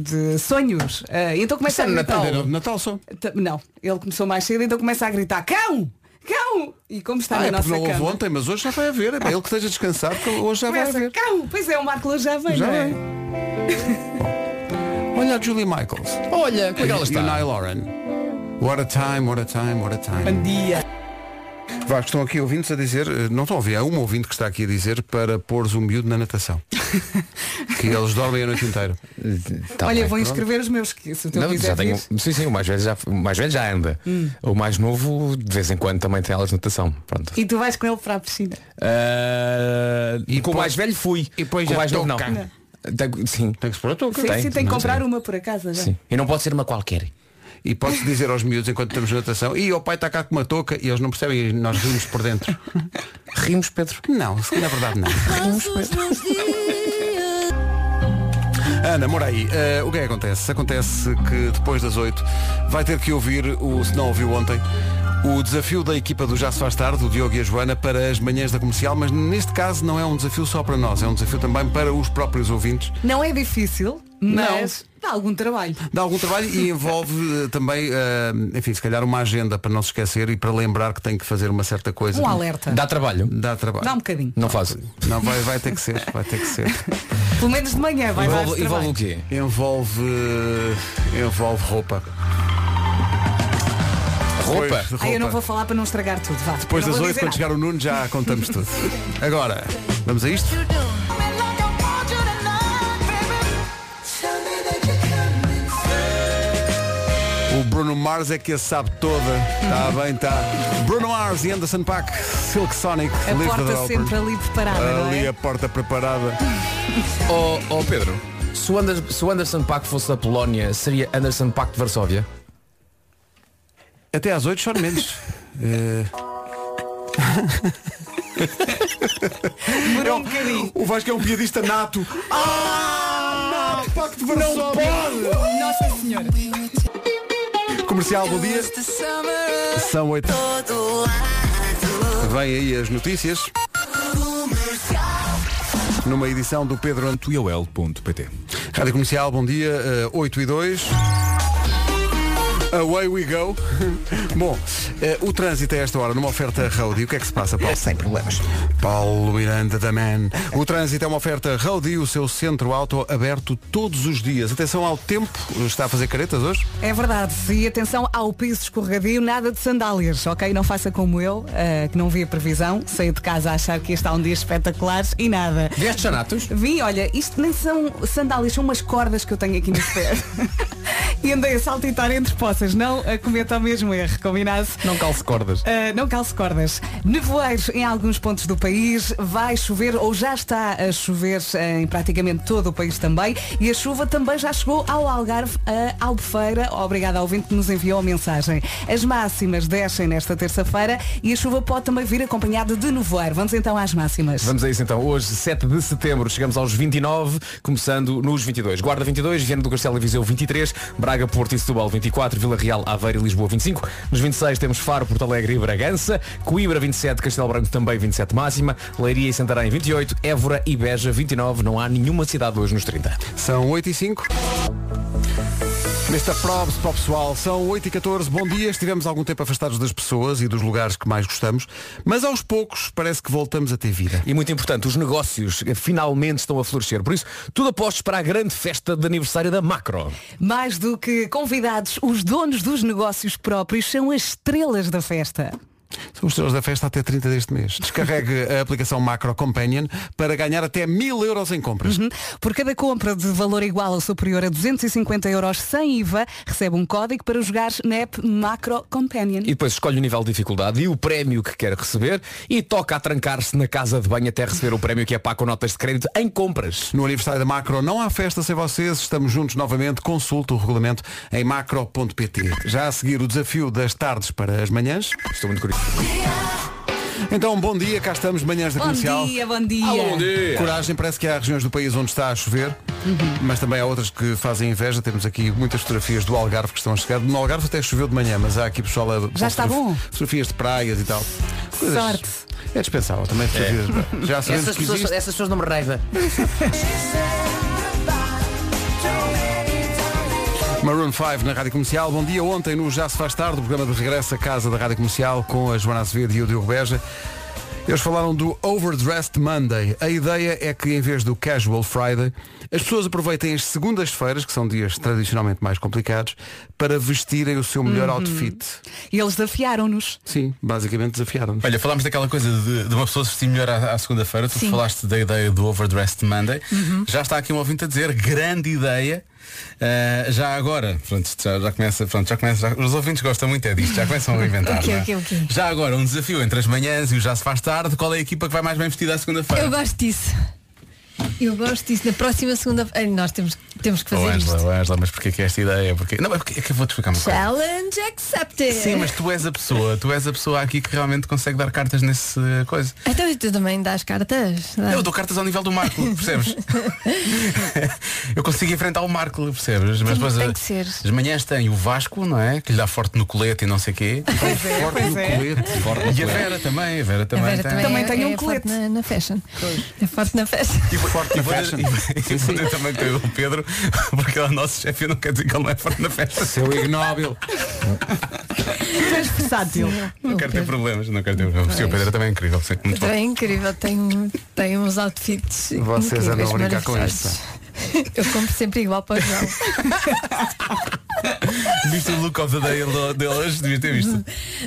[SPEAKER 3] de sonhos. Ah, então começa a
[SPEAKER 9] no
[SPEAKER 3] gritar.
[SPEAKER 1] Era de Natal só. Ah,
[SPEAKER 3] T- Não, ele começou mais cedo, então começa a gritar cão! Cão! E como está
[SPEAKER 1] Ah,
[SPEAKER 3] na
[SPEAKER 1] é porque
[SPEAKER 3] nossa
[SPEAKER 1] não houve
[SPEAKER 3] cama.
[SPEAKER 1] ontem, mas hoje já vai haver. É bem, ele que esteja descansado, que hoje já vai
[SPEAKER 3] Começa,
[SPEAKER 1] haver.
[SPEAKER 3] cão! Pois é, o Marco Luz já vem,
[SPEAKER 1] Já
[SPEAKER 3] não é?
[SPEAKER 1] vem. Bom, Olha a Julie Michaels.
[SPEAKER 9] Olha, como é que ela
[SPEAKER 1] E o
[SPEAKER 9] está?
[SPEAKER 1] Niall Horan. What a time, what a time, what a time.
[SPEAKER 3] Bom dia!
[SPEAKER 1] Vasco, estão aqui ouvintes a dizer, eh, não estão a ouvir, é um ouvinte que está aqui a dizer para pôres o miúdo na natação. que eles dormem a noite inteira.
[SPEAKER 9] Tá
[SPEAKER 3] Olha,
[SPEAKER 9] bem.
[SPEAKER 3] vou inscrever os meus que se tu
[SPEAKER 9] Não,
[SPEAKER 3] quiser Hum.
[SPEAKER 9] já tenho,
[SPEAKER 3] vir.
[SPEAKER 9] sim, sim, o mais velho já, o mais velho já anda. O mais novo, de vez em quando, também tem aulas de natação. Pronto.
[SPEAKER 3] E tu vais com ele para a piscina.
[SPEAKER 9] Ah,
[SPEAKER 1] E
[SPEAKER 9] com o
[SPEAKER 1] depois-
[SPEAKER 9] mais velho fui.
[SPEAKER 1] e depois
[SPEAKER 9] com o
[SPEAKER 1] já
[SPEAKER 9] mais novo não.
[SPEAKER 1] toca.
[SPEAKER 9] Tem- Sim.
[SPEAKER 1] Tem que se pôr a touca.
[SPEAKER 3] Sim,
[SPEAKER 9] Tem,
[SPEAKER 3] sim, tem que
[SPEAKER 9] não
[SPEAKER 3] comprar
[SPEAKER 9] sei.
[SPEAKER 3] uma por acaso já.
[SPEAKER 9] Sim. E não pode ser uma qualquer.
[SPEAKER 1] E posso dizer aos miúdos enquanto estamos na natação, e o pai está cá com uma touca e eles não percebem e nós rimos por dentro.
[SPEAKER 9] Rimos, Pedro.
[SPEAKER 1] Não, se na verdade não. Ana, Moraí, eh, o que é que acontece? Acontece que depois das 8 vai ter que ouvir, o, se não ouviu ontem, o desafio da equipa do Já Se Faz Tarde, o Diogo e a Joana, para as manhãs da comercial, mas neste caso não é um desafio só para nós, é um desafio também para os próprios ouvintes.
[SPEAKER 3] Não é difícil, mas dá algum trabalho.
[SPEAKER 1] Dá algum trabalho e envolve eh, também, eh, enfim, se calhar uma agenda para não se esquecer e para lembrar que tem que fazer uma certa coisa.
[SPEAKER 3] Um alerta. Dá,
[SPEAKER 9] Dá trabalho.
[SPEAKER 1] trabalho.
[SPEAKER 3] um bocadinho.
[SPEAKER 9] Não faço.
[SPEAKER 1] Não, vai, vai ter que ser, vai ter que ser.
[SPEAKER 3] Pelo menos de manhã vai dar
[SPEAKER 9] Envolve, envolve o quê?
[SPEAKER 1] Envolve. Envolve roupa.
[SPEAKER 9] Roupa.
[SPEAKER 1] Depois,
[SPEAKER 3] Aí eu não
[SPEAKER 1] roupa.
[SPEAKER 3] vou falar para não estragar tudo. Vá.
[SPEAKER 1] Depois
[SPEAKER 3] Não
[SPEAKER 1] das
[SPEAKER 3] vou
[SPEAKER 1] 8,
[SPEAKER 3] dizer
[SPEAKER 1] quando
[SPEAKER 3] nada.
[SPEAKER 1] chegar o Nuno, já contamos tudo. Agora, vamos a isto? O Bruno Mars é que a sabe toda. Está
[SPEAKER 3] Uhum.
[SPEAKER 1] bem, está. Bruno Mars e Anderson Pack, Silk Sonic,
[SPEAKER 3] A
[SPEAKER 1] Live the
[SPEAKER 3] porta sempre ali preparada, não
[SPEAKER 1] Ali
[SPEAKER 3] é?
[SPEAKER 1] a porta preparada.
[SPEAKER 9] Ó ó, Pedro, se o, Ander- se o Anderson Pack fosse da Polónia, seria Anderson Pack de Varsóvia?
[SPEAKER 1] Até às 8 choro menos. Eh,
[SPEAKER 3] Demorou um bocadinho.
[SPEAKER 1] O Vasco é um piadista nato. Ah! Não, Pacto de Varsóvia.
[SPEAKER 3] Nossa Senhora.
[SPEAKER 1] Comercial, bom dia. São oito. Vem aí as notícias. Numa edição do Pedro Antunes.
[SPEAKER 2] Tuiol.pt
[SPEAKER 1] Rádio Comercial, bom dia, eh, 8 e 2. Away we go. Bom, eh, o trânsito a esta hora numa oferta Roadie. O que é que se passa, Paulo?
[SPEAKER 4] Sem problemas.
[SPEAKER 1] Paulo Miranda da Man. O trânsito é uma oferta Roadie, o seu centro auto aberto todos os dias. Atenção ao tempo, está a fazer caretas hoje?
[SPEAKER 3] É verdade. E atenção ao piso escorregadio, nada de sandálias, ok? Não faça como eu, eh, que não vi a previsão. Saí de casa a achar que este há um dia espetacular e nada.
[SPEAKER 9] Vieste Xanatos?
[SPEAKER 3] Vim, olha, isto nem são sandálias, são umas cordas que eu tenho aqui nos pés. e andei a saltitar entre poças, não a cometa o mesmo erro, combinasse?
[SPEAKER 9] Não calce cordas.
[SPEAKER 3] Uh, não calce cordas. Nevoeiros em alguns pontos do país, vai chover ou já está a chover eh, em praticamente todo o país também e a chuva também já chegou ao Algarve, a Albufeira. Obrigada ao vento que nos enviou a mensagem. As máximas descem nesta terça-feira e a chuva pode também vir acompanhada de nevoeiro. Vamos então às máximas.
[SPEAKER 9] Vamos a isso então. Hoje, 7 de setembro, chegamos aos 29, começando nos 22. Guarda 22, Viana do Castelo e Viseu 23, Braga, Porto e Setúbal 24, Vila Real, Aveiro e Lisboa 25. Nos 26 temos Faro, Porto Alegre e Bragança, Coimbra 27, Castelo Branco também 27 máxima, Leiria e Santarém 28, Évora e Beja 29. Não há nenhuma cidade hoje nos 30.
[SPEAKER 1] São 8 e 5. Mr. Probs para o pessoal, são 8 e 14 Bom dia, estivemos algum tempo afastados das pessoas e dos lugares que mais gostamos, mas aos poucos parece que voltamos a ter vida.
[SPEAKER 9] E muito importante, os negócios eh, finalmente estão a florescer. Por isso, tudo apostos para a grande festa de aniversário da Macro.
[SPEAKER 3] Mais do que convidados, os donos dos negócios próprios são as estrelas da festa.
[SPEAKER 1] São os estrelas da festa até 30 deste mês. Descarregue a aplicação Macro Companion para ganhar até mil euros em compras.
[SPEAKER 3] Por cada compra de valor igual ou superior a 250 euros sem IVA, recebe um código para jogar na app Macro Companion.
[SPEAKER 9] e depois escolhe o nível de dificuldade e o prémio que quer receber e toca a trancar-se na casa de banho até receber o prémio que é pago com notas de crédito em compras.
[SPEAKER 1] No aniversário da Macro não há festa sem vocês, estamos juntos novamente, consulte o regulamento em macro.pt. Já a seguir o desafio das tardes para as manhãs.
[SPEAKER 9] Estou muito curioso.
[SPEAKER 1] Então, bom dia, cá estamos, manhãs da
[SPEAKER 3] Bom
[SPEAKER 1] comercial.
[SPEAKER 3] dia, bom dia.
[SPEAKER 1] Coragem, parece que há regiões do país onde está a chover,
[SPEAKER 3] Uhum.
[SPEAKER 1] mas também há outras que fazem inveja. Temos aqui muitas fotografias do Algarve que estão a chegar. No Algarve até choveu de manhã, mas há aqui pessoal a.
[SPEAKER 3] Já está bom.
[SPEAKER 1] Fotografias de praias e tal.
[SPEAKER 3] Sorte.
[SPEAKER 1] É dispensável também. fotografias de praia. Já sabemos que existe.
[SPEAKER 9] É. essas pessoas não me raiva.
[SPEAKER 1] Maroon 5 na Rádio Comercial. Bom dia. Ontem no Já se faz tarde, o programa de regresso à casa da Rádio Comercial com a Joana Azevedo e o Diogo Beja. Eles falaram do Overdressed Monday. A ideia é que em vez do Casual Friday, as pessoas aproveitem as segundas-feiras, que são dias tradicionalmente mais complicados, para vestirem o seu melhor outfit.
[SPEAKER 3] E eles desafiaram-nos.
[SPEAKER 1] Sim, basicamente desafiaram-nos.
[SPEAKER 2] Olha, falámos daquela coisa de, de uma pessoa se vestir melhor à, à segunda-feira, tu
[SPEAKER 7] Sim. Uhum.
[SPEAKER 2] falaste da ideia do Overdressed Monday. Já está aqui um ouvinte a dizer, grande ideia. Uh, já agora, pronto, isto já, já começa, pronto, já começa, já- os ouvintes gostam muito é disto, já começam a inventar.
[SPEAKER 7] Ok,
[SPEAKER 2] não é?
[SPEAKER 7] ok, ok.
[SPEAKER 2] Já agora, um desafio entre as manhãs e o já se faz tarde, qual é a equipa que vai mais bem vestida à segunda-feira?
[SPEAKER 7] Eu gosto disso. Eu gosto disso. Na próxima segunda Ai, Nós temos, temos que
[SPEAKER 2] Oh,
[SPEAKER 7] fazer
[SPEAKER 2] Angela,
[SPEAKER 7] isto.
[SPEAKER 2] oh, Angela, mas porquê que é esta ideia? Porquê? Não, mas porquê é que eu vou te explicar uma coisa.
[SPEAKER 7] Challenge accepted.
[SPEAKER 2] Sim, mas tu és a pessoa, tu és a pessoa aqui que realmente consegue dar cartas nesse eh, coisa.
[SPEAKER 7] Então e tu também dás cartas? Dá.
[SPEAKER 2] Eu dou cartas ao nível do Marco, percebes? eu consigo enfrentar o Marco, percebes? Mas eh, depois
[SPEAKER 7] tem
[SPEAKER 2] a-
[SPEAKER 7] é que ser.
[SPEAKER 2] as manhãs tem o Vasco, não é? Que lhe dá forte no colete e não sei quê.
[SPEAKER 1] Forte no colete. Forte no
[SPEAKER 2] E a
[SPEAKER 1] colete.
[SPEAKER 2] Vera também, a Vera
[SPEAKER 7] A
[SPEAKER 2] também.
[SPEAKER 7] Vera
[SPEAKER 2] tem.
[SPEAKER 7] também,
[SPEAKER 3] Também
[SPEAKER 7] é,
[SPEAKER 3] tem um
[SPEAKER 7] é
[SPEAKER 3] colete.
[SPEAKER 7] forte na, na fashion. É forte na fashion.
[SPEAKER 2] E forte
[SPEAKER 1] no fashion.
[SPEAKER 2] E vou também ter o Pedro, porque ele é o nosso chefe, eu não quero dizer que ele não é forte na festa.
[SPEAKER 1] Seu ignóbil.
[SPEAKER 3] Versátil.
[SPEAKER 2] Não quero ter problemas, não quero ter problemas. Sim, o Pedro também é incrível, sim, muito bom.
[SPEAKER 7] É incrível, tem, tem uns outfits.
[SPEAKER 1] Vocês
[SPEAKER 7] incríveis,
[SPEAKER 1] andam a brincar com
[SPEAKER 7] maravilhosos. Eu compro sempre igual para o João.
[SPEAKER 2] Viste o look of the day dele hoje? Devias ter
[SPEAKER 7] Uhum.
[SPEAKER 2] visto.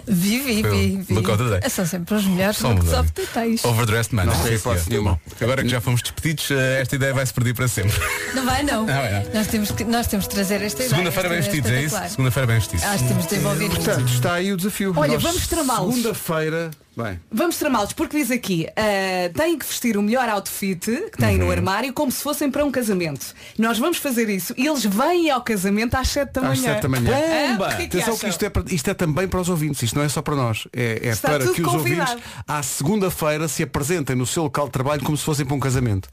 [SPEAKER 7] Vi, vi, vi. vi.
[SPEAKER 2] Look of the day.
[SPEAKER 7] São sempre os melhores
[SPEAKER 2] São
[SPEAKER 7] looks
[SPEAKER 2] verdade.
[SPEAKER 7] of the days.
[SPEAKER 2] Overdressed man.
[SPEAKER 1] Não
[SPEAKER 2] Sim,
[SPEAKER 1] tem hipótese
[SPEAKER 2] senhor.
[SPEAKER 1] nenhuma.
[SPEAKER 2] Agora que já fomos despedidos, eh, esta ideia vai se perder para sempre.
[SPEAKER 7] Não vai não.
[SPEAKER 2] vai, não.
[SPEAKER 7] Nós, temos que, nós temos que trazer esta ideia.
[SPEAKER 2] Segunda-feira bem
[SPEAKER 7] Esta ideia
[SPEAKER 2] vestidos, é isso?
[SPEAKER 7] espetacular.
[SPEAKER 2] Segunda-feira bem vestidos.
[SPEAKER 7] Acho que temos de desenvolver isto.
[SPEAKER 1] Portanto, está aí o desafio.
[SPEAKER 3] Olha,
[SPEAKER 1] Nós,
[SPEAKER 3] vamos tramá-los.
[SPEAKER 1] Segunda-feira Bem.
[SPEAKER 3] Vamos tramá-los, porque diz aqui, ah, têm que vestir o melhor outfit que têm
[SPEAKER 1] Uhum.
[SPEAKER 3] no armário como se fossem para um casamento. Nós vamos fazer isso e eles vêm ao casamento às 7 da manhã.
[SPEAKER 1] Às 7 da manhã.
[SPEAKER 3] Ah, o que é que
[SPEAKER 1] Atenção que
[SPEAKER 3] acham?
[SPEAKER 1] isto é, para- isto é também para os ouvintes, isto não é só para nós. É, é
[SPEAKER 3] Está
[SPEAKER 1] para
[SPEAKER 3] tudo
[SPEAKER 1] que os
[SPEAKER 3] convidado.
[SPEAKER 1] ouvintes à segunda-feira se apresentem no seu local de trabalho como se fossem para um casamento.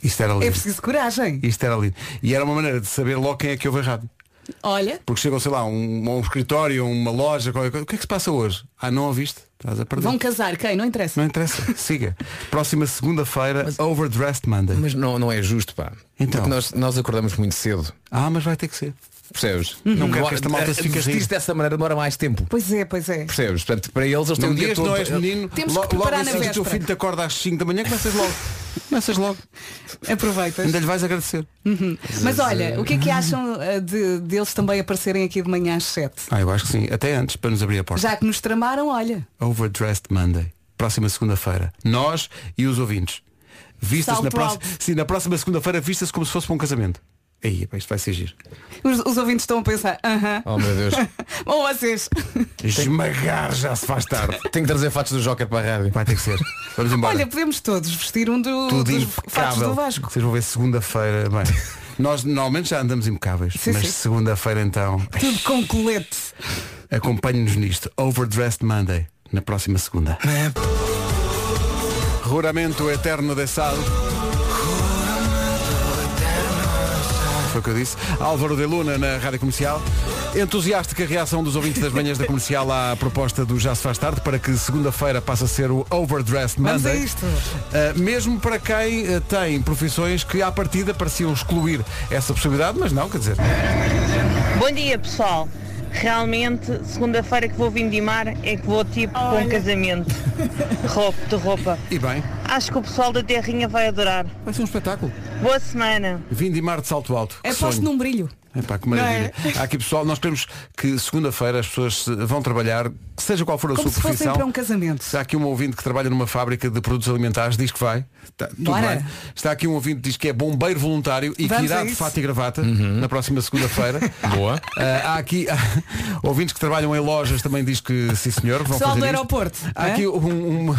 [SPEAKER 1] Isto era
[SPEAKER 3] É
[SPEAKER 1] lindo.
[SPEAKER 3] preciso coragem.
[SPEAKER 1] Isto era lindo. E era uma maneira de saber logo quem é que ouve a rádio.
[SPEAKER 3] Olha,
[SPEAKER 1] Porque chegam, sei lá, um, um escritório, uma loja, qualquer coisa. O que é que se passa hoje? Ah, não ouviste? Estás a perder.
[SPEAKER 3] vão casar, quem? Não interessa.
[SPEAKER 1] Não é? interessa. Siga. Próxima segunda-feira, Overdressed Monday.
[SPEAKER 9] Mas não, não é justo, pá.
[SPEAKER 1] Então.
[SPEAKER 9] Porque nós, nós acordamos muito cedo.
[SPEAKER 1] Ah, mas vai ter que ser.
[SPEAKER 9] Percebes?
[SPEAKER 1] Uhum. Não quero que esta malta se fique a rir.
[SPEAKER 9] Vestir-se dessa maneira demora mais tempo.
[SPEAKER 3] Pois é, pois é.
[SPEAKER 9] Percebes? Portanto, para eles
[SPEAKER 10] é um
[SPEAKER 9] eles têm
[SPEAKER 1] Não
[SPEAKER 9] o dia
[SPEAKER 1] dias
[SPEAKER 9] todo.
[SPEAKER 1] não és menino,
[SPEAKER 3] Temos que
[SPEAKER 1] logo, logo
[SPEAKER 3] preparar na
[SPEAKER 1] assim que o teu
[SPEAKER 3] véspera.
[SPEAKER 1] filho te acorda às 5 da manhã, começas logo. começas logo.
[SPEAKER 3] Aproveitas.
[SPEAKER 1] Ainda lhe vais agradecer.
[SPEAKER 3] Mas olha, o que é que acham ah, de, deles também aparecerem aqui de manhã às 7?
[SPEAKER 1] Ah, eu acho que sim. Até antes, para nos abrir a porta.
[SPEAKER 3] Já que nos tramaram, olha.
[SPEAKER 1] Overdressed Monday. Próxima segunda-feira. Nós e os ouvintes. Vista-se na
[SPEAKER 3] Salto
[SPEAKER 1] próxima.
[SPEAKER 3] alto.
[SPEAKER 1] Sim, na próxima segunda-feira vista-se como se fosse para um casamento. Aí, pá, isto vai ser giro.
[SPEAKER 3] Os, os ouvintes estão a pensar, aham,
[SPEAKER 9] Oh meu Deus.
[SPEAKER 3] ou vocês.
[SPEAKER 1] Esmagar já se faz tarde.
[SPEAKER 9] Tenho que trazer fatos do Joker para a rádio.
[SPEAKER 1] Vai ter que ser. Vamos embora.
[SPEAKER 3] Olha, podemos todos vestir um do,
[SPEAKER 1] Tudo
[SPEAKER 3] dos fatos
[SPEAKER 1] impecável.
[SPEAKER 3] do Vasco.
[SPEAKER 1] Vocês vão ver segunda-feira. Bem, nós normalmente já andamos impecáveis.
[SPEAKER 3] Sim,
[SPEAKER 1] mas
[SPEAKER 3] sim.
[SPEAKER 1] segunda-feira então.
[SPEAKER 3] Tudo com colete.
[SPEAKER 1] Acompanhe-nos nisto. Overdressed Monday. Na próxima segunda. Ruramento eterno de sal. Foi o que eu disse. Álvaro de Luna na Rádio Comercial. Entusiástica reação dos ouvintes das manhãs da comercial à proposta do Já Se Faz Tarde para que segunda-feira passe a ser o Overdressed Monday.
[SPEAKER 3] Vamos a isto.
[SPEAKER 1] Uh, mesmo para quem uh, tem profissões que à partida pareciam excluir essa possibilidade, mas não, quer dizer.
[SPEAKER 11] Bom dia, pessoal. Realmente, segunda-feira que vou vindimar é que vou tipo para um casamento. Roupa de roupa.
[SPEAKER 1] E bem,
[SPEAKER 11] Acho que o pessoal da Terrinha vai adorar.
[SPEAKER 1] vai ser um espetáculo. É
[SPEAKER 11] Boa semana.
[SPEAKER 1] Vim de mar de salto alto. Que
[SPEAKER 3] Aposto
[SPEAKER 1] sonho.
[SPEAKER 3] É num brilho.
[SPEAKER 1] Epá, É que maravilha.
[SPEAKER 3] é?
[SPEAKER 1] Há aqui pessoal, nós queremos que segunda-feira as pessoas se- vão trabalhar, seja qual for a
[SPEAKER 3] Como
[SPEAKER 1] sua
[SPEAKER 3] se fossem
[SPEAKER 1] profissão.
[SPEAKER 3] para um casamento.
[SPEAKER 1] Está aqui um ouvinte que trabalha numa fábrica de produtos alimentares, diz que vai. Está, tudo
[SPEAKER 3] Bora.
[SPEAKER 1] bem. Está aqui um ouvinte que diz que é bombeiro voluntário e que
[SPEAKER 3] Vamos
[SPEAKER 1] irá
[SPEAKER 3] a
[SPEAKER 1] de
[SPEAKER 3] isso.
[SPEAKER 1] fato e gravata na próxima segunda-feira.
[SPEAKER 9] Boa.
[SPEAKER 1] Ah, há aqui ouvintes que trabalham em lojas também diz que sim senhor. Vão
[SPEAKER 3] Pessoal
[SPEAKER 1] fazer
[SPEAKER 3] do
[SPEAKER 1] isto.
[SPEAKER 3] aeroporto,
[SPEAKER 1] Há
[SPEAKER 3] é?
[SPEAKER 1] aqui um, um,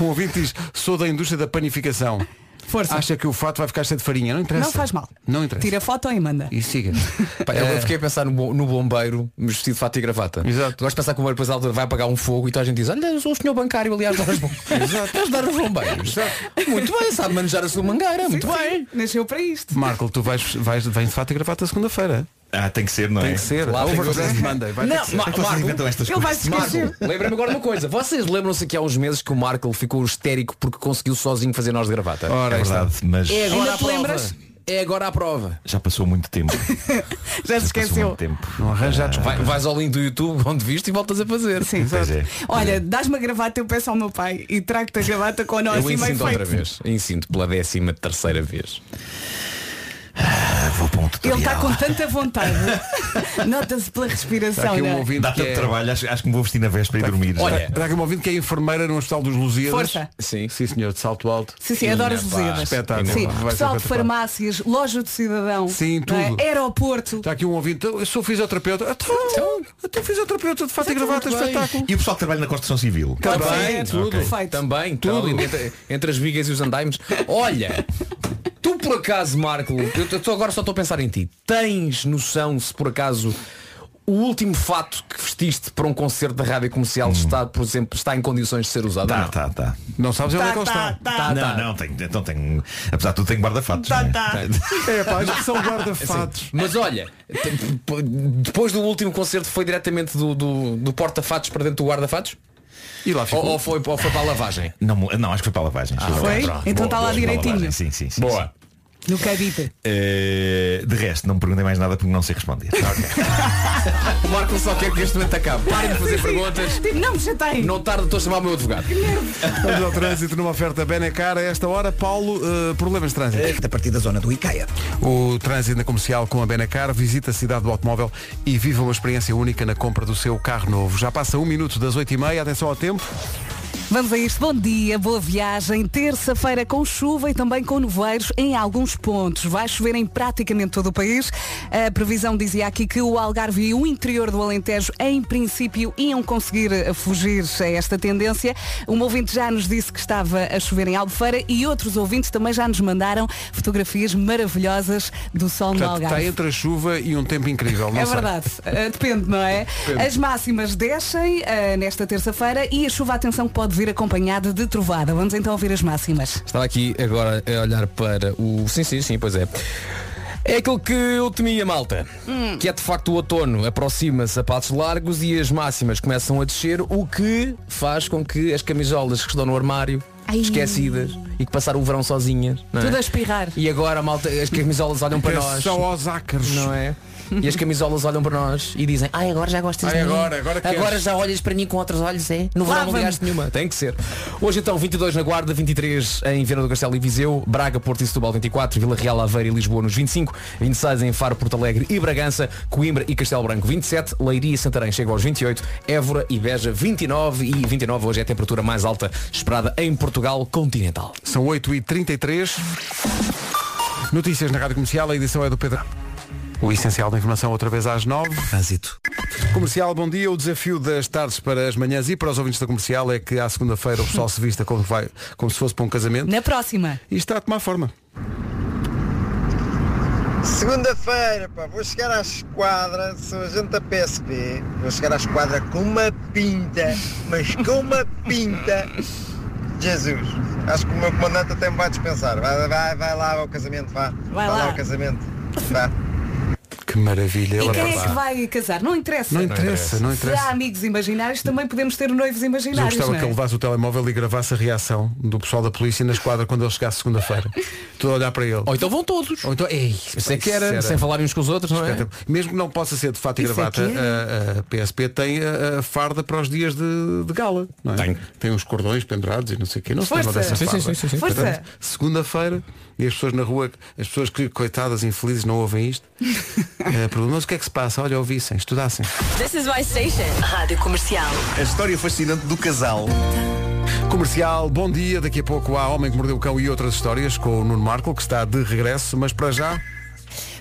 [SPEAKER 1] um ouvinte que diz, sou da indústria da panificação.
[SPEAKER 3] Força.
[SPEAKER 1] Acha que o fato vai ficar cheio de farinha. Não interessa.
[SPEAKER 3] Não faz mal.
[SPEAKER 1] Não interessa.
[SPEAKER 3] Tira foto e manda.
[SPEAKER 1] E siga.
[SPEAKER 9] Pá, eu fiquei a pensar no, bo- no bombeiro mas vestido de fato e gravata.
[SPEAKER 1] Exato.
[SPEAKER 9] Gosto de pensar que o bombeiro depois à altura vai apagar um fogo e toda a gente diz, olha, sou o senhor bancário, aliás, nós vamos ajudar os bombeiros. Muito bem, sabe manejar a sua mangueira, muito bem.
[SPEAKER 3] Nasceu para isto.
[SPEAKER 1] Marco, tu vais, vais, vais de fato e gravata segunda-feira.
[SPEAKER 5] Ah, tem que ser, não
[SPEAKER 1] Tem que ser.
[SPEAKER 9] Lá tem que
[SPEAKER 1] Overdressed
[SPEAKER 9] ser.
[SPEAKER 1] Monday. Vai ter
[SPEAKER 9] Não,
[SPEAKER 1] que ser.
[SPEAKER 9] Ma-
[SPEAKER 3] um
[SPEAKER 9] Marco,
[SPEAKER 5] estas
[SPEAKER 3] Ele vai se esquecer.
[SPEAKER 9] Marco, lembra-me agora uma coisa. Vocês lembram-se que há uns meses que o Marco ficou histérico porque conseguiu sozinho fazer nós de
[SPEAKER 3] Ah.
[SPEAKER 9] gravata?
[SPEAKER 1] Ora, aí está.
[SPEAKER 5] mas
[SPEAKER 9] É agora
[SPEAKER 3] Ainda
[SPEAKER 9] a
[SPEAKER 3] te
[SPEAKER 9] prova.
[SPEAKER 3] lembras?
[SPEAKER 9] É agora a prova.
[SPEAKER 5] já passou muito tempo.
[SPEAKER 3] Já se esqueceu.
[SPEAKER 5] tempo. Ah,
[SPEAKER 1] Não arranja a desculpa.
[SPEAKER 9] Vai- vais ao link do YouTube onde viste e voltas a fazer.
[SPEAKER 3] Sim.
[SPEAKER 5] é.
[SPEAKER 3] Olha, dás-me a gravata, eu peço ao meu pai e trago-te a gravata com a nossa
[SPEAKER 9] Eu
[SPEAKER 3] e meio
[SPEAKER 9] insinto outra
[SPEAKER 3] Assim feito.
[SPEAKER 9] vez. Insinto pela décima terceira vez.
[SPEAKER 5] Vou para um
[SPEAKER 3] Ele está com tanta vontade. Nota-se pela
[SPEAKER 1] Está
[SPEAKER 9] Então,
[SPEAKER 3] respiração.
[SPEAKER 1] aqui
[SPEAKER 3] não
[SPEAKER 1] um
[SPEAKER 3] é?
[SPEAKER 1] ouvinte que é...
[SPEAKER 5] trabalho, acho, acho que me vou vestir na véspera e dormir. Tá.
[SPEAKER 9] Olha,
[SPEAKER 1] Está- Está aqui um ouvinte que é enfermeira no Hospital dos Lusíadas.
[SPEAKER 3] Força.
[SPEAKER 9] Sim.
[SPEAKER 1] Sim, senhor, de salto alto.
[SPEAKER 3] Sim, sim, adoro as
[SPEAKER 9] Sim,
[SPEAKER 3] luzidas.
[SPEAKER 1] espetáculo.
[SPEAKER 3] Sim,
[SPEAKER 1] Vai ser
[SPEAKER 3] pessoal de
[SPEAKER 1] espetacular.
[SPEAKER 3] farmácias, loja do cidadão.
[SPEAKER 1] Sim,
[SPEAKER 3] não é?
[SPEAKER 1] tudo.
[SPEAKER 3] Aeroporto.
[SPEAKER 1] Está aqui um ouvinte. Eu sou fisioterapeuta. Ah, tu- ah, Tu fisioterapeuta de fato e gravata,
[SPEAKER 9] muito bem.
[SPEAKER 1] espetáculo.
[SPEAKER 5] E o pessoal que trabalha na construção civil?
[SPEAKER 3] Pode
[SPEAKER 9] Também,
[SPEAKER 3] ser,
[SPEAKER 9] tudo.
[SPEAKER 3] Perfeito.
[SPEAKER 9] Também,
[SPEAKER 1] Tudo.
[SPEAKER 9] tudo. Entre, entre as vigas e os andaimes. Olha, tu por acaso, Marco, eu t- tô- agora só estou a pensar em ti. Tens noção se por acaso o último fato que vestiste para um concerto da rádio comercial está, por exemplo, está em condições de ser usado? ou
[SPEAKER 5] Tá,
[SPEAKER 9] não?
[SPEAKER 5] tá, tá.
[SPEAKER 1] Não sabes onde é que ele
[SPEAKER 3] Tá,
[SPEAKER 1] está.
[SPEAKER 3] tá,
[SPEAKER 9] Tá,
[SPEAKER 3] tá.
[SPEAKER 5] não,
[SPEAKER 9] tá.
[SPEAKER 5] não, tenho, então tenho. Apesar de tudo tenho guarda-fatos.
[SPEAKER 3] Tá,
[SPEAKER 5] não é?
[SPEAKER 3] tá.
[SPEAKER 1] É, pá, isto são
[SPEAKER 9] Sim.
[SPEAKER 1] guarda-fatos.
[SPEAKER 9] Mas olha, te- p- depois do último concerto foi diretamente do, do, do porta-fatos para dentro do guarda-fatos?
[SPEAKER 1] E lá
[SPEAKER 9] Ou,
[SPEAKER 1] ficou.
[SPEAKER 9] ou foi, ou foi para a lavagem?
[SPEAKER 5] Não, não, acho que foi para a lavagem. Ah,
[SPEAKER 3] foi? Então tá lá direitinho.
[SPEAKER 5] Sim, sim, sim. sim.
[SPEAKER 3] No cabide.
[SPEAKER 5] Eh, de resto, não me perguntem mais nada porque não sei responder.
[SPEAKER 1] oh,
[SPEAKER 9] O Marco só quer que este momento acabe. Parem de fazer perguntas.
[SPEAKER 3] Tipo, Não me chatei.
[SPEAKER 9] Não tarde estou a chamar o meu advogado.
[SPEAKER 1] Vamos ao trânsito numa oferta Benecar. A esta hora, Paulo, eh, problemas de trânsito.
[SPEAKER 4] A partir da zona do IKEA.
[SPEAKER 1] O trânsito na comercial com a Benacar visita a cidade do automóvel e viva uma experiência única na compra do seu carro novo. Já passa um minuto das 8h30, atenção ao tempo.
[SPEAKER 3] Vamos a isto. Bom dia, boa viagem. Terça-feira com chuva e também com nevoeiros em alguns pontos. Vai chover em praticamente todo o país. A previsão dizia aqui que o Algarve e o interior do Alentejo, em princípio, iam conseguir eh, fugir a esta tendência. Um ouvinte já nos disse que estava a chover em Albufeira e outros ouvintes também já nos mandaram fotografias maravilhosas do sol no
[SPEAKER 1] Portanto,
[SPEAKER 3] Algarve.
[SPEAKER 1] está entre a chuva e um tempo incrível. Não
[SPEAKER 3] É
[SPEAKER 1] sei.
[SPEAKER 3] verdade, Eh, depende, não é?
[SPEAKER 1] Depende.
[SPEAKER 3] As máximas descem eh, nesta terça-feira e a chuva, atenção, que pode vir acompanhada de trovada. Vamos então ouvir as máximas.
[SPEAKER 9] Estava aqui agora a olhar para o. Sim, sim, sim, pois é. É aquilo que eu temia, malta.
[SPEAKER 12] Hum.
[SPEAKER 9] Que é de facto o outono. Aproxima-se a passos largos e as máximas começam a descer, o que faz com que as camisolas que estão no armário,
[SPEAKER 12] Ai.
[SPEAKER 9] esquecidas, e que passaram o verão sozinhas. não é?
[SPEAKER 12] Tudo a espirrar.
[SPEAKER 9] E agora a malta, as camisolas olham para
[SPEAKER 12] Pensa
[SPEAKER 9] nós.
[SPEAKER 12] só
[SPEAKER 1] aos ácaros.
[SPEAKER 9] Não é? E as camisolas olham para nós e dizem, ai agora já gostas
[SPEAKER 12] Ai,
[SPEAKER 9] de mim.
[SPEAKER 12] agora, agora queres."
[SPEAKER 9] já olhas para mim com outros olhos, é? No verão não
[SPEAKER 12] Lava-me.
[SPEAKER 9] ligaste nenhuma. Tem que ser. Hoje então 22 na Guarda, 23 em Viana do Castelo e Viseu, Braga, Porto e Setúbal 24, Vila Real, Aveiro e Lisboa nos 25, 26 em Faro, Porto Alegre e Bragança, Coimbra e Castelo Branco 27, Leiria e É Santarém chega aos 28, Évora e Beja 29 e 29 hoje é a temperatura mais alta esperada em Portugal continental.
[SPEAKER 1] São 8h33. Notícias na Rádio Comercial, a edição é do Pedro. O essencial da informação outra vez às 9. Trânsito. Comercial, bom dia. O desafio das tardes para as manhãs e para os ouvintes da comercial é que à segunda-feira o pessoal se vista como, vai, como se fosse para um casamento.
[SPEAKER 3] Na próxima.
[SPEAKER 1] E está a tomar forma.
[SPEAKER 13] Segunda-feira, pá, vou chegar à esquadra, sou agente da PSP, vou chegar à esquadra com uma pinta, mas com uma pinta. Jesus, acho que o meu comandante até me vai dispensar. Vai, vai, vai lá ao casamento, vá. Vai, lá.
[SPEAKER 3] lá.
[SPEAKER 13] ao casamento. Vá.
[SPEAKER 1] Que maravilha.
[SPEAKER 3] E
[SPEAKER 1] ela
[SPEAKER 3] quem é
[SPEAKER 1] está
[SPEAKER 3] que
[SPEAKER 1] lá.
[SPEAKER 3] vai casar? Não interessa.
[SPEAKER 1] Não interessa, não interessa.
[SPEAKER 3] Se há amigos imaginários, também podemos ter noivos
[SPEAKER 1] Mas eu
[SPEAKER 3] imaginários.
[SPEAKER 1] gostava
[SPEAKER 3] não é?
[SPEAKER 1] que ele levasse o telemóvel e gravasse a reação do pessoal da polícia na esquadra quando ele chegasse segunda-feira. Tudo a olhar para ele.
[SPEAKER 9] Ou então vão todos.
[SPEAKER 1] Ou então, ei,
[SPEAKER 9] Isso é que era, sem falarem uns com os outros, não é?
[SPEAKER 1] Mesmo que não possa ser de fato e
[SPEAKER 9] Isso é
[SPEAKER 1] gravata,
[SPEAKER 9] que
[SPEAKER 1] a, a PSP tem a, a farda para os dias de, de gala. Não é? Tem. uns cordões pendurados e não sei o quê. Não se
[SPEAKER 9] Força.
[SPEAKER 1] lembra dessa
[SPEAKER 9] Sim, sim,
[SPEAKER 1] farda.
[SPEAKER 9] sim, sim, sim.
[SPEAKER 1] Portanto,
[SPEAKER 9] Força.
[SPEAKER 1] Segunda-feira, e as pessoas na rua, as pessoas que, coitadas, infelizes, não ouvem isto, eh, perguntam-se o que é que se passa. Olha, ouvissem, estudassem.
[SPEAKER 8] This is my station. Rádio Comercial.
[SPEAKER 1] A história fascinante do casal. Comercial, bom dia. Daqui a pouco há Homem que Mordeu o Cão e outras histórias com o Nuno Marco, que está de regresso, mas para já.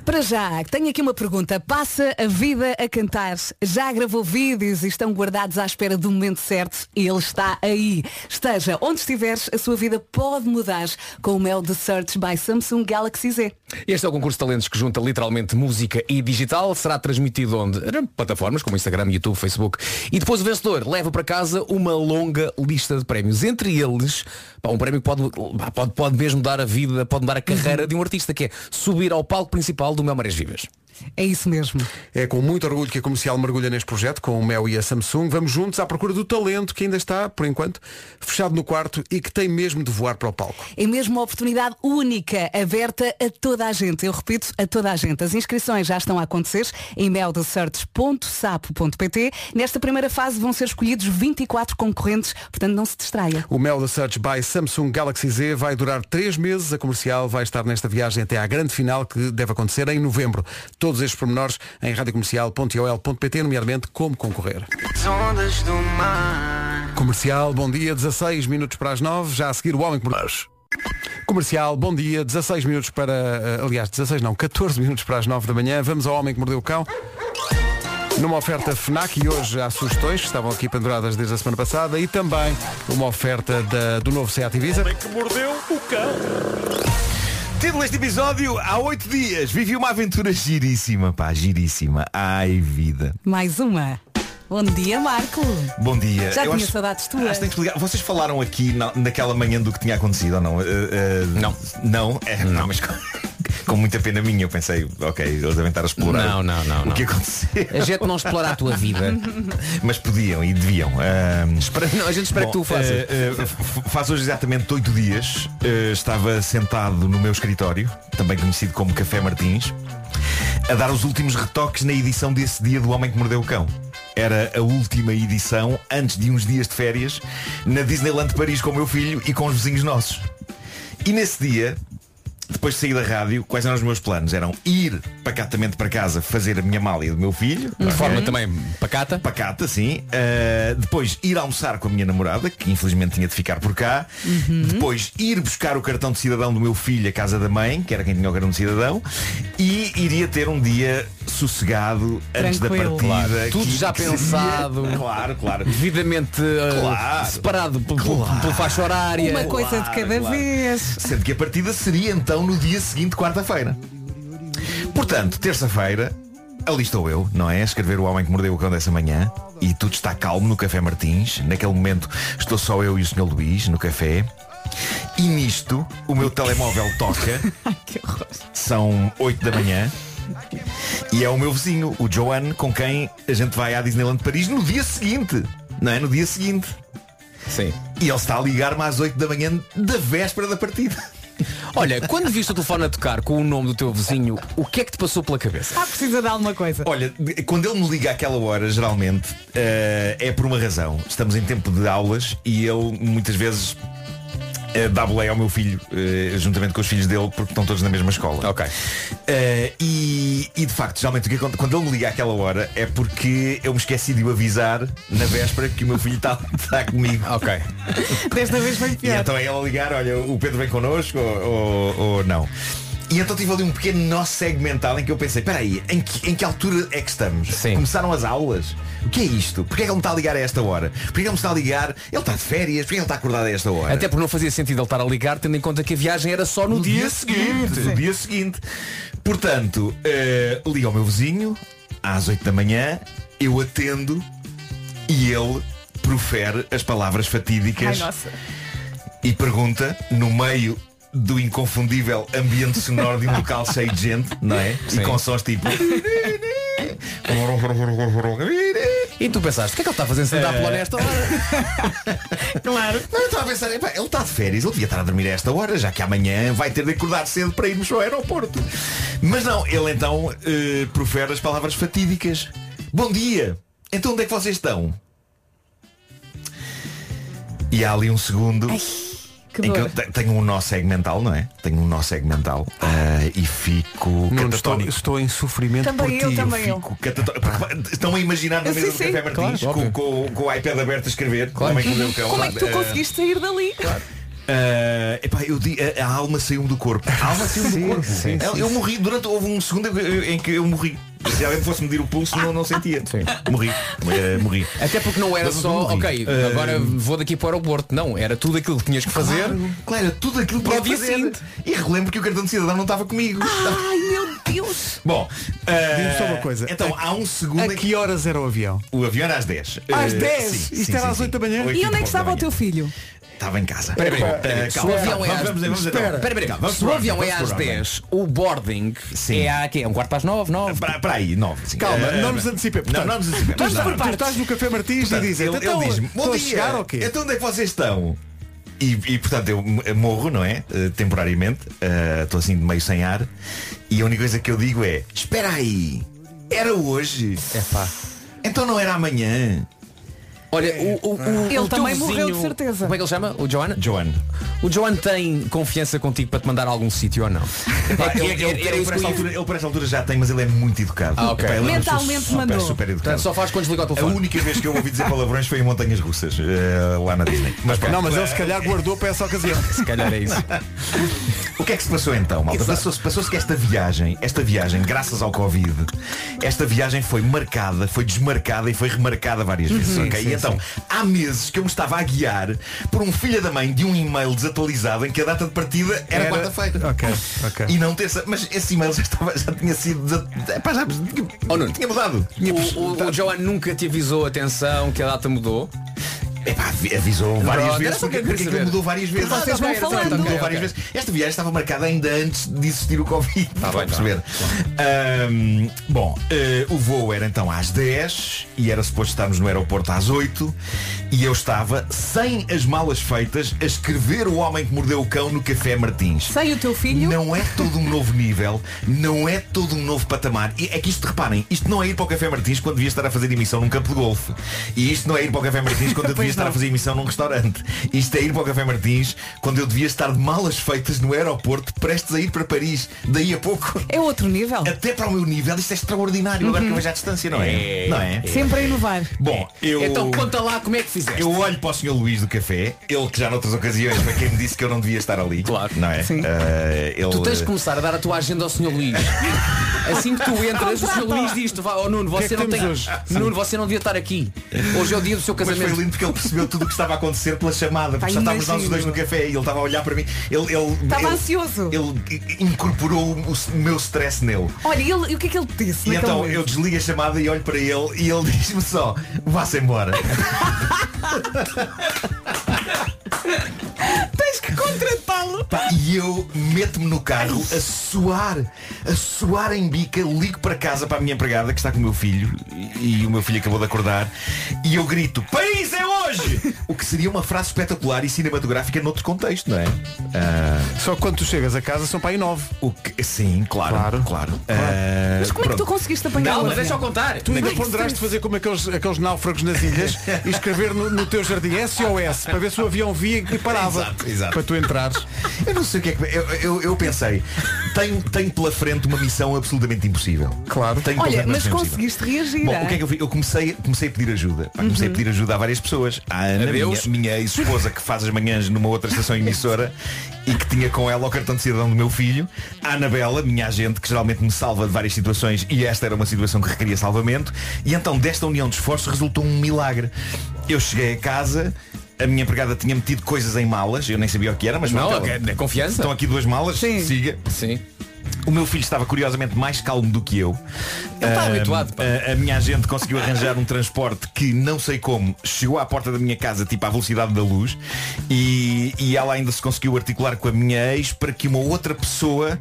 [SPEAKER 3] Para já, tenho aqui uma pergunta. Passa a vida a cantar. Já gravou vídeos e estão guardados à espera do momento certo e ele está aí. Esteja onde estiveres, a sua vida pode mudar com o Mel de Search by Samsung Galaxy Z.
[SPEAKER 9] Este é o concurso de talentos que junta literalmente música e digital. Será transmitido onde? Em Plataformas como Instagram, YouTube, Facebook. E depois o vencedor leva para casa uma longa lista de prémios. Entre eles, pá, um prémio que pode, pá, pode, pode mesmo mudar a vida, pode mudar a carreira de um artista, que é subir ao palco principal do Mel Marés Vivas.
[SPEAKER 3] É isso mesmo.
[SPEAKER 1] É com muito orgulho que a comercial mergulha neste projeto com o Mel e a Samsung. Vamos juntos à procura do talento que ainda está, por enquanto, fechado no quarto e que tem mesmo de voar para o palco.
[SPEAKER 3] É mesmo uma oportunidade única, aberta a toda a gente. Eu repito, a toda a gente. As inscrições já estão a acontecer em meldecertes.sapo.pt. Nesta primeira fase vão ser escolhidos 24 concorrentes, portanto não se distraia.
[SPEAKER 1] O Mel da Search by Samsung Galaxy Z vai durar três meses. A comercial vai estar nesta viagem até à grande final que deve acontecer em novembro. Todos estes pormenores em radiocomercial.ol.pt, nomeadamente como concorrer.
[SPEAKER 5] Ondas do mar.
[SPEAKER 1] Comercial, bom dia, 16 minutos para as 9, já a seguir o Homem que Mordeu. Comercial, bom dia, 16 minutos para, eh, aliás, 16 não, 14 minutos para as 9 da manhã, vamos ao Homem que Mordeu o Cão. Numa oferta FNAC e hoje há sugestões que estavam aqui penduradas desde a semana passada e também uma oferta da- do novo Seat Ibiza.
[SPEAKER 10] que mordeu o cão. Título deste episódio, há oito dias, vivi uma aventura giríssima, pá, giríssima. Ai, vida.
[SPEAKER 3] Mais uma. Bom dia, Marco.
[SPEAKER 10] Bom dia.
[SPEAKER 3] Já
[SPEAKER 10] Eh, Eu
[SPEAKER 3] tinha
[SPEAKER 10] acho- Ah, é
[SPEAKER 3] saudades tuas.
[SPEAKER 10] acho que tenho que explicar. Vocês falaram aqui na- naquela manhã do que tinha acontecido ou não? não. Não? É, não, mas com, com muita pena minha. Eu pensei, ok, eles devem estar a explorar
[SPEAKER 9] Não, não, não,
[SPEAKER 10] o
[SPEAKER 9] não.
[SPEAKER 10] que aconteceu.
[SPEAKER 9] A gente não explora a tua vida.
[SPEAKER 10] mas podiam e deviam. Ahm,
[SPEAKER 9] não, a gente espera que tu o faças.
[SPEAKER 10] eh, eh, f- faz hoje exatamente oito dias. eh, estava sentado no meu escritório, também conhecido como Café Martins, a dar os últimos retoques na edição desse dia do Homem que Mordeu o Cão. Era a última edição, antes de uns dias de férias, na Disneyland de Paris com o meu filho e com os vizinhos nossos. E nesse dia, depois de sair da rádio, quais eram os meus planos? Eram ir pacatamente para casa fazer a minha malha do meu filho.
[SPEAKER 9] De forma também
[SPEAKER 10] pacata. Pacata, sim. Uh, depois ir almoçar com a minha namorada, que infelizmente tinha de ficar por cá. Depois ir buscar o cartão de cidadão do meu filho à casa da mãe, que era quem tinha o cartão de cidadão. E iria ter um dia sossegado antes da
[SPEAKER 9] Tranquilo.
[SPEAKER 10] partida.
[SPEAKER 9] Claro. Tudo já
[SPEAKER 10] seria-
[SPEAKER 9] pensado.
[SPEAKER 10] Claro, claro.
[SPEAKER 9] Devidamente uh, separado pelo, pelo- pelo faixa horária.
[SPEAKER 3] Uma coisa de cada vez.
[SPEAKER 10] Sendo que a partida seria então no dia seguinte, quarta-feira. Portanto, terça-feira, ali estou eu, não é? A escrever o homem que mordeu o cão dessa manhã. E tudo está calmo no Café Martins. Naquele momento estou só eu e o Sr. Luís no café. E nisto, o meu telemóvel toca. São 8 da manhã. E é o meu vizinho, o Joan, com quem a gente vai à Disneyland Paris no dia seguinte. Não é? No dia seguinte.
[SPEAKER 9] Sim.
[SPEAKER 10] E ele está a ligar-me às 8 da manhã da véspera da partida.
[SPEAKER 9] Olha, quando viste o telefone a tocar com o nome do teu vizinho, o que é que te passou pela cabeça?
[SPEAKER 3] Ah, precisa de alguma coisa.
[SPEAKER 10] Olha, de- quando ele me liga àquela hora, geralmente, eh, é por uma razão. Estamos em tempo de aulas e ele muitas vezes eh, dá boleia ao meu filho, eh, juntamente com os filhos dele, porque estão todos na mesma escola. Ok. e, e, de facto, geralmente o que acontece, quando ele me liga àquela hora é porque eu me esqueci de o avisar na véspera que o meu filho está está comigo. Ok.
[SPEAKER 3] Desta vez foi
[SPEAKER 10] E então é ele a ligar, olha, o Pedro vem connosco ou, ou- ou não. E então tive ali um pequeno nó segmental em que eu pensei, peraí, em que, em que altura é que estamos? Começaram as aulas? O que é isto? Porquê é que ele me está a ligar a esta hora? Porquê é que ele me está a ligar? Ele está de férias, porquê é que ele está acordado a esta hora?
[SPEAKER 9] Até porque não fazia sentido ele estar a ligar, tendo em conta que a viagem era só no,
[SPEAKER 10] No dia seguinte, no dia seguinte. Portanto, eh, ligo ao meu vizinho, às 8 da manhã, eu atendo e ele profere as palavras fatídicas e pergunta, no meio do inconfundível ambiente sonoro de um local cheio de gente, não é? E com sons tipo.
[SPEAKER 9] E tu pensaste, o que é que ele está a fazer sentar pela nesta
[SPEAKER 10] Claro. Não, eu estava a pensar, epá, ele está de férias, ele devia estar a dormir a esta hora, já que amanhã vai ter de acordar cedo para irmos ao aeroporto. Mas não, ele então eh, profere as palavras fatídicas. Bom dia! Então onde é que vocês estão? E há ali um segundo
[SPEAKER 5] que
[SPEAKER 10] em que
[SPEAKER 5] dor.
[SPEAKER 10] eu te- tenho um nó segmental, não é? Tenho um nó segmental ah, e fico
[SPEAKER 1] Nuno, estou,
[SPEAKER 10] catatónico.
[SPEAKER 1] estou em sofrimento
[SPEAKER 10] Também
[SPEAKER 1] por
[SPEAKER 10] eu,
[SPEAKER 1] ti.
[SPEAKER 10] também eu. Catató- Porque Estão a imaginar na
[SPEAKER 1] Eu
[SPEAKER 10] mesa do
[SPEAKER 1] sei,
[SPEAKER 10] Café
[SPEAKER 1] sim.
[SPEAKER 10] Martins
[SPEAKER 1] Claro,
[SPEAKER 10] com, com- com o iPad aberto a escrever.
[SPEAKER 9] Claro.
[SPEAKER 10] Como é que, deu o cão?
[SPEAKER 3] Como é que tu
[SPEAKER 10] Ah,
[SPEAKER 3] conseguiste sair dali?
[SPEAKER 10] ah, epá, eu di- a, a alma saiu-me do corpo. A alma saiu-me do corpo.
[SPEAKER 5] sim,
[SPEAKER 10] eu,
[SPEAKER 5] sim,
[SPEAKER 10] eu
[SPEAKER 5] sim.
[SPEAKER 10] morri durante. Houve um segundo em que- em que eu morri. Se alguém fosse medir o pulso, não, não sentia. Morri. Eh, morri.
[SPEAKER 9] Até porque não era
[SPEAKER 10] Mas eu
[SPEAKER 9] só,
[SPEAKER 10] morri.
[SPEAKER 9] ok,
[SPEAKER 10] Eh,
[SPEAKER 9] agora vou daqui para o aeroporto. Não, era tudo aquilo que tinhas que fazer.
[SPEAKER 10] Claro, claro, era tudo aquilo que
[SPEAKER 9] Para o
[SPEAKER 10] tinha que
[SPEAKER 9] dia
[SPEAKER 10] fazer.
[SPEAKER 9] seguinte.
[SPEAKER 10] E relembro que o cartão de cidadão não estava comigo.
[SPEAKER 3] Ai meu Deus!
[SPEAKER 10] Bom, eh,
[SPEAKER 1] Diz-me só uma coisa.
[SPEAKER 10] Então, há um segundo.
[SPEAKER 1] A que horas era o avião?
[SPEAKER 10] O avião era às 10.
[SPEAKER 1] Às
[SPEAKER 10] Eh,
[SPEAKER 1] 10?
[SPEAKER 10] sim,
[SPEAKER 1] Isto
[SPEAKER 10] sim,
[SPEAKER 1] era
[SPEAKER 10] sim,
[SPEAKER 1] às 8 da
[SPEAKER 10] sim.
[SPEAKER 1] manhã?
[SPEAKER 10] Oito
[SPEAKER 3] E onde é que
[SPEAKER 10] pouco da
[SPEAKER 3] estava o
[SPEAKER 10] manhã.
[SPEAKER 3] teu filho?
[SPEAKER 10] Estava em casa.
[SPEAKER 9] Peraí, peraí,
[SPEAKER 10] Eh,
[SPEAKER 9] peraí. Se
[SPEAKER 10] calma,
[SPEAKER 9] o avião
[SPEAKER 10] calma,
[SPEAKER 9] é às-
[SPEAKER 10] vamos- vamos- vamos-
[SPEAKER 9] Espera. Peraí,
[SPEAKER 10] calma,
[SPEAKER 9] peraí.
[SPEAKER 10] vamos
[SPEAKER 9] Se o
[SPEAKER 10] por
[SPEAKER 9] avião
[SPEAKER 10] ordem,
[SPEAKER 9] é às
[SPEAKER 10] vamos por ordem.
[SPEAKER 9] 10, o boarding é à quê? É um quarto para as 9, 9.
[SPEAKER 10] Para aí, 9.
[SPEAKER 1] Calma, não nos antecipemos.
[SPEAKER 10] Não, não nos antecipemos.
[SPEAKER 1] Tu, estás-
[SPEAKER 10] Não, não.
[SPEAKER 1] tu estás no Café Martins
[SPEAKER 10] Portanto,
[SPEAKER 1] e dizem,
[SPEAKER 10] ele,
[SPEAKER 1] então,
[SPEAKER 10] ele diz-me,
[SPEAKER 1] estou
[SPEAKER 10] bom
[SPEAKER 1] a
[SPEAKER 10] dia,
[SPEAKER 1] chegar ou quê?
[SPEAKER 10] então onde é que vocês estão? E, e, portanto eu m- morro, não é? Eh, temporariamente, Eh, estou assim de meio sem ar E a única coisa que eu digo é Espera aí, era hoje Então não era amanhã
[SPEAKER 9] Olha, o, o, o-
[SPEAKER 3] Ele
[SPEAKER 9] o teu
[SPEAKER 3] também morreu de
[SPEAKER 9] vizinho-
[SPEAKER 3] certeza.
[SPEAKER 9] Como é que ele chama? O Joan?
[SPEAKER 10] Joan.
[SPEAKER 9] O Joan tem confiança contigo para te mandar a algum sítio ou não?
[SPEAKER 10] Epá,
[SPEAKER 9] É
[SPEAKER 1] Ah,
[SPEAKER 9] que-
[SPEAKER 10] ele,
[SPEAKER 9] é-
[SPEAKER 10] ele-
[SPEAKER 9] é-
[SPEAKER 10] ele
[SPEAKER 9] era isso que
[SPEAKER 10] por essa
[SPEAKER 9] eu ia-
[SPEAKER 10] altura, ele por essa altura já tem, mas ele é muito educado.
[SPEAKER 9] Ah, ok.
[SPEAKER 10] Epá, ele é uma pessoa
[SPEAKER 9] Mentalmente
[SPEAKER 10] super,
[SPEAKER 9] mandou.
[SPEAKER 10] super educado.
[SPEAKER 9] Portanto, só faz quando desliga o telefone.
[SPEAKER 10] A única vez que eu ouvi dizer palavrões foi em Montanhas Russas, eh, lá na Disney. Mas, pronto.
[SPEAKER 1] Não, mas ele se calhar guardou para essa ocasião.
[SPEAKER 9] Se calhar é isso.
[SPEAKER 10] O que é que se passou então, malta? Passou-se passou-se que esta viagem, esta viagem, graças ao Covid, esta viagem foi marcada, foi desmarcada e foi remarcada várias vezes,
[SPEAKER 5] Uhum.
[SPEAKER 10] ok?
[SPEAKER 5] Sim,
[SPEAKER 10] e então, há meses que eu me estava a guiar por um filho da mãe de um e-mail desatualizado em que a data de partida era,
[SPEAKER 5] Era-
[SPEAKER 10] quarta-feira.
[SPEAKER 1] Ok, ok.
[SPEAKER 10] E não terça. Mas esse e-mail já, estava, já tinha sido. desa- Epá, já tinha, tinha mudado. Tinha-
[SPEAKER 9] O, o, o Joan nunca te avisou, atenção, que a data mudou.
[SPEAKER 10] Epá, avisou várias vezes porque, porque aquilo mudou várias vezes.
[SPEAKER 9] Vocês vão
[SPEAKER 10] Aquilo
[SPEAKER 9] falando.
[SPEAKER 10] mudou
[SPEAKER 9] Ok,
[SPEAKER 10] várias
[SPEAKER 9] ok.
[SPEAKER 10] vezes. Esta viagem estava marcada ainda antes de existir o Covid. Está
[SPEAKER 9] bem,
[SPEAKER 10] perceber. Ahm, bom, eh, o voo era então às 10 e era suposto estarmos no aeroporto às 8 e eu estava sem as malas feitas a escrever o homem que mordeu o cão no Café Martins.
[SPEAKER 3] Sem o teu filho?
[SPEAKER 10] Não é todo um novo nível, não é todo um novo patamar. E é que isto, reparem, isto não é ir para o Café Martins quando devia estar a fazer emissão num campo de golfe. E isto não é ir para o Café Martins quando eu devia estar a fazer emissão num restaurante. Isto é ir para o Café Martins quando eu devia estar de malas feitas no aeroporto, prestes a ir para Paris, daí a pouco.
[SPEAKER 3] É outro nível.
[SPEAKER 10] Até para o meu nível, isto é extraordinário, agora que eu vejo à distância, não é? Não é?
[SPEAKER 3] Sempre a inovar.
[SPEAKER 10] Bom, eu.
[SPEAKER 3] Então
[SPEAKER 9] conta lá como é que fizeste.
[SPEAKER 10] Eu olho para o Sr. Luís do Café, ele que já noutras ocasiões foi quem me disse que eu não devia estar ali. Claro. Não é? Eh, ele,
[SPEAKER 9] Tu tens de começar a dar a tua agenda ao Sr. Luís. Assim que tu entras, o Sr. Luís diz-te, vá, oh Nuno,
[SPEAKER 10] O que é
[SPEAKER 9] você
[SPEAKER 10] que
[SPEAKER 9] não
[SPEAKER 10] temos
[SPEAKER 9] tem. Ah,
[SPEAKER 10] hoje?
[SPEAKER 9] Nuno, você não devia estar aqui. Hoje é o dia do seu
[SPEAKER 10] Mas
[SPEAKER 9] casamento.
[SPEAKER 10] foi lindo porque ele percebeu tudo o que estava a acontecer pela chamada,
[SPEAKER 9] Pá,
[SPEAKER 10] porque já estávamos nós
[SPEAKER 9] imagino.
[SPEAKER 10] os dois no café e ele estava a olhar para mim. Ele, ele,
[SPEAKER 3] Estava
[SPEAKER 10] ele-
[SPEAKER 3] ansioso.
[SPEAKER 10] ele incorporou o, o meu stress nele.
[SPEAKER 3] Olha, e ele- e o que é que ele te disse?
[SPEAKER 10] E
[SPEAKER 3] naquele
[SPEAKER 10] então
[SPEAKER 3] momento?
[SPEAKER 10] eu desligo a chamada e olho para ele e ele diz-me só, vá-se embora.
[SPEAKER 5] Tens que contratá-lo.
[SPEAKER 10] Pá, e eu meto-me no carro a suar, a suar em bica, ligo para casa para a minha empregada que está com o meu filho e, e o meu filho acabou de acordar e eu grito, Paris é hoje! o que seria uma frase espetacular e cinematográfica noutro contexto, não é?
[SPEAKER 1] Só quando tu chegas a casa são para aí nove.
[SPEAKER 10] O que, sim, claro, claro. Ah,
[SPEAKER 3] Mas como é que tu
[SPEAKER 1] pronto.
[SPEAKER 3] conseguiste apanhá-lo?
[SPEAKER 1] Não, mas
[SPEAKER 3] afinal?
[SPEAKER 1] deixa eu
[SPEAKER 9] contar.
[SPEAKER 1] Tu ainda
[SPEAKER 3] Como é que
[SPEAKER 1] ponderaste
[SPEAKER 3] fizeste?
[SPEAKER 1] fazer como aqueles, aqueles náufragos nas ilhas e escrever no, no teu jardim SOS para ver se o avião via e parava.
[SPEAKER 10] Exato, exato.
[SPEAKER 1] Para tu entrares.
[SPEAKER 10] Eu não sei o que é que. Eu, eu, eu pensei, tenho, tenho pela frente uma missão absolutamente impossível. Claro. Tenho pela
[SPEAKER 3] Olha,
[SPEAKER 10] frente uma
[SPEAKER 3] mas
[SPEAKER 10] missão impossível.
[SPEAKER 3] conseguiste reagir. eh?
[SPEAKER 10] Bom, o que é que eu fiz? Eu comecei, comecei a pedir ajuda. Pá, comecei
[SPEAKER 3] Uhum.
[SPEAKER 10] a pedir ajuda a várias pessoas. À Ana, minha,
[SPEAKER 5] Adeus.
[SPEAKER 10] minha ex-esposa, que faz as manhãs numa outra estação emissora e que tinha com ela o cartão de cidadão do meu filho. À Anabela, minha agente, que geralmente me salva de várias situações e esta era uma situação que requeria salvamento. E então desta união de esforços resultou um milagre. Eu cheguei a casa. A minha empregada tinha metido coisas em malas, eu nem sabia o que era, mas
[SPEAKER 9] Não,
[SPEAKER 10] pronto, ela-
[SPEAKER 9] ok, é confiança.
[SPEAKER 10] Estão aqui duas malas, siga.
[SPEAKER 9] Sim.
[SPEAKER 10] O meu filho estava curiosamente mais calmo do que eu.
[SPEAKER 9] Ele está
[SPEAKER 10] Ah,
[SPEAKER 9] habituado,
[SPEAKER 10] a, a minha agente conseguiu arranjar um transporte que não sei como chegou à porta da minha casa tipo à velocidade da luz e, e ela ainda se conseguiu articular com a minha ex para que uma outra pessoa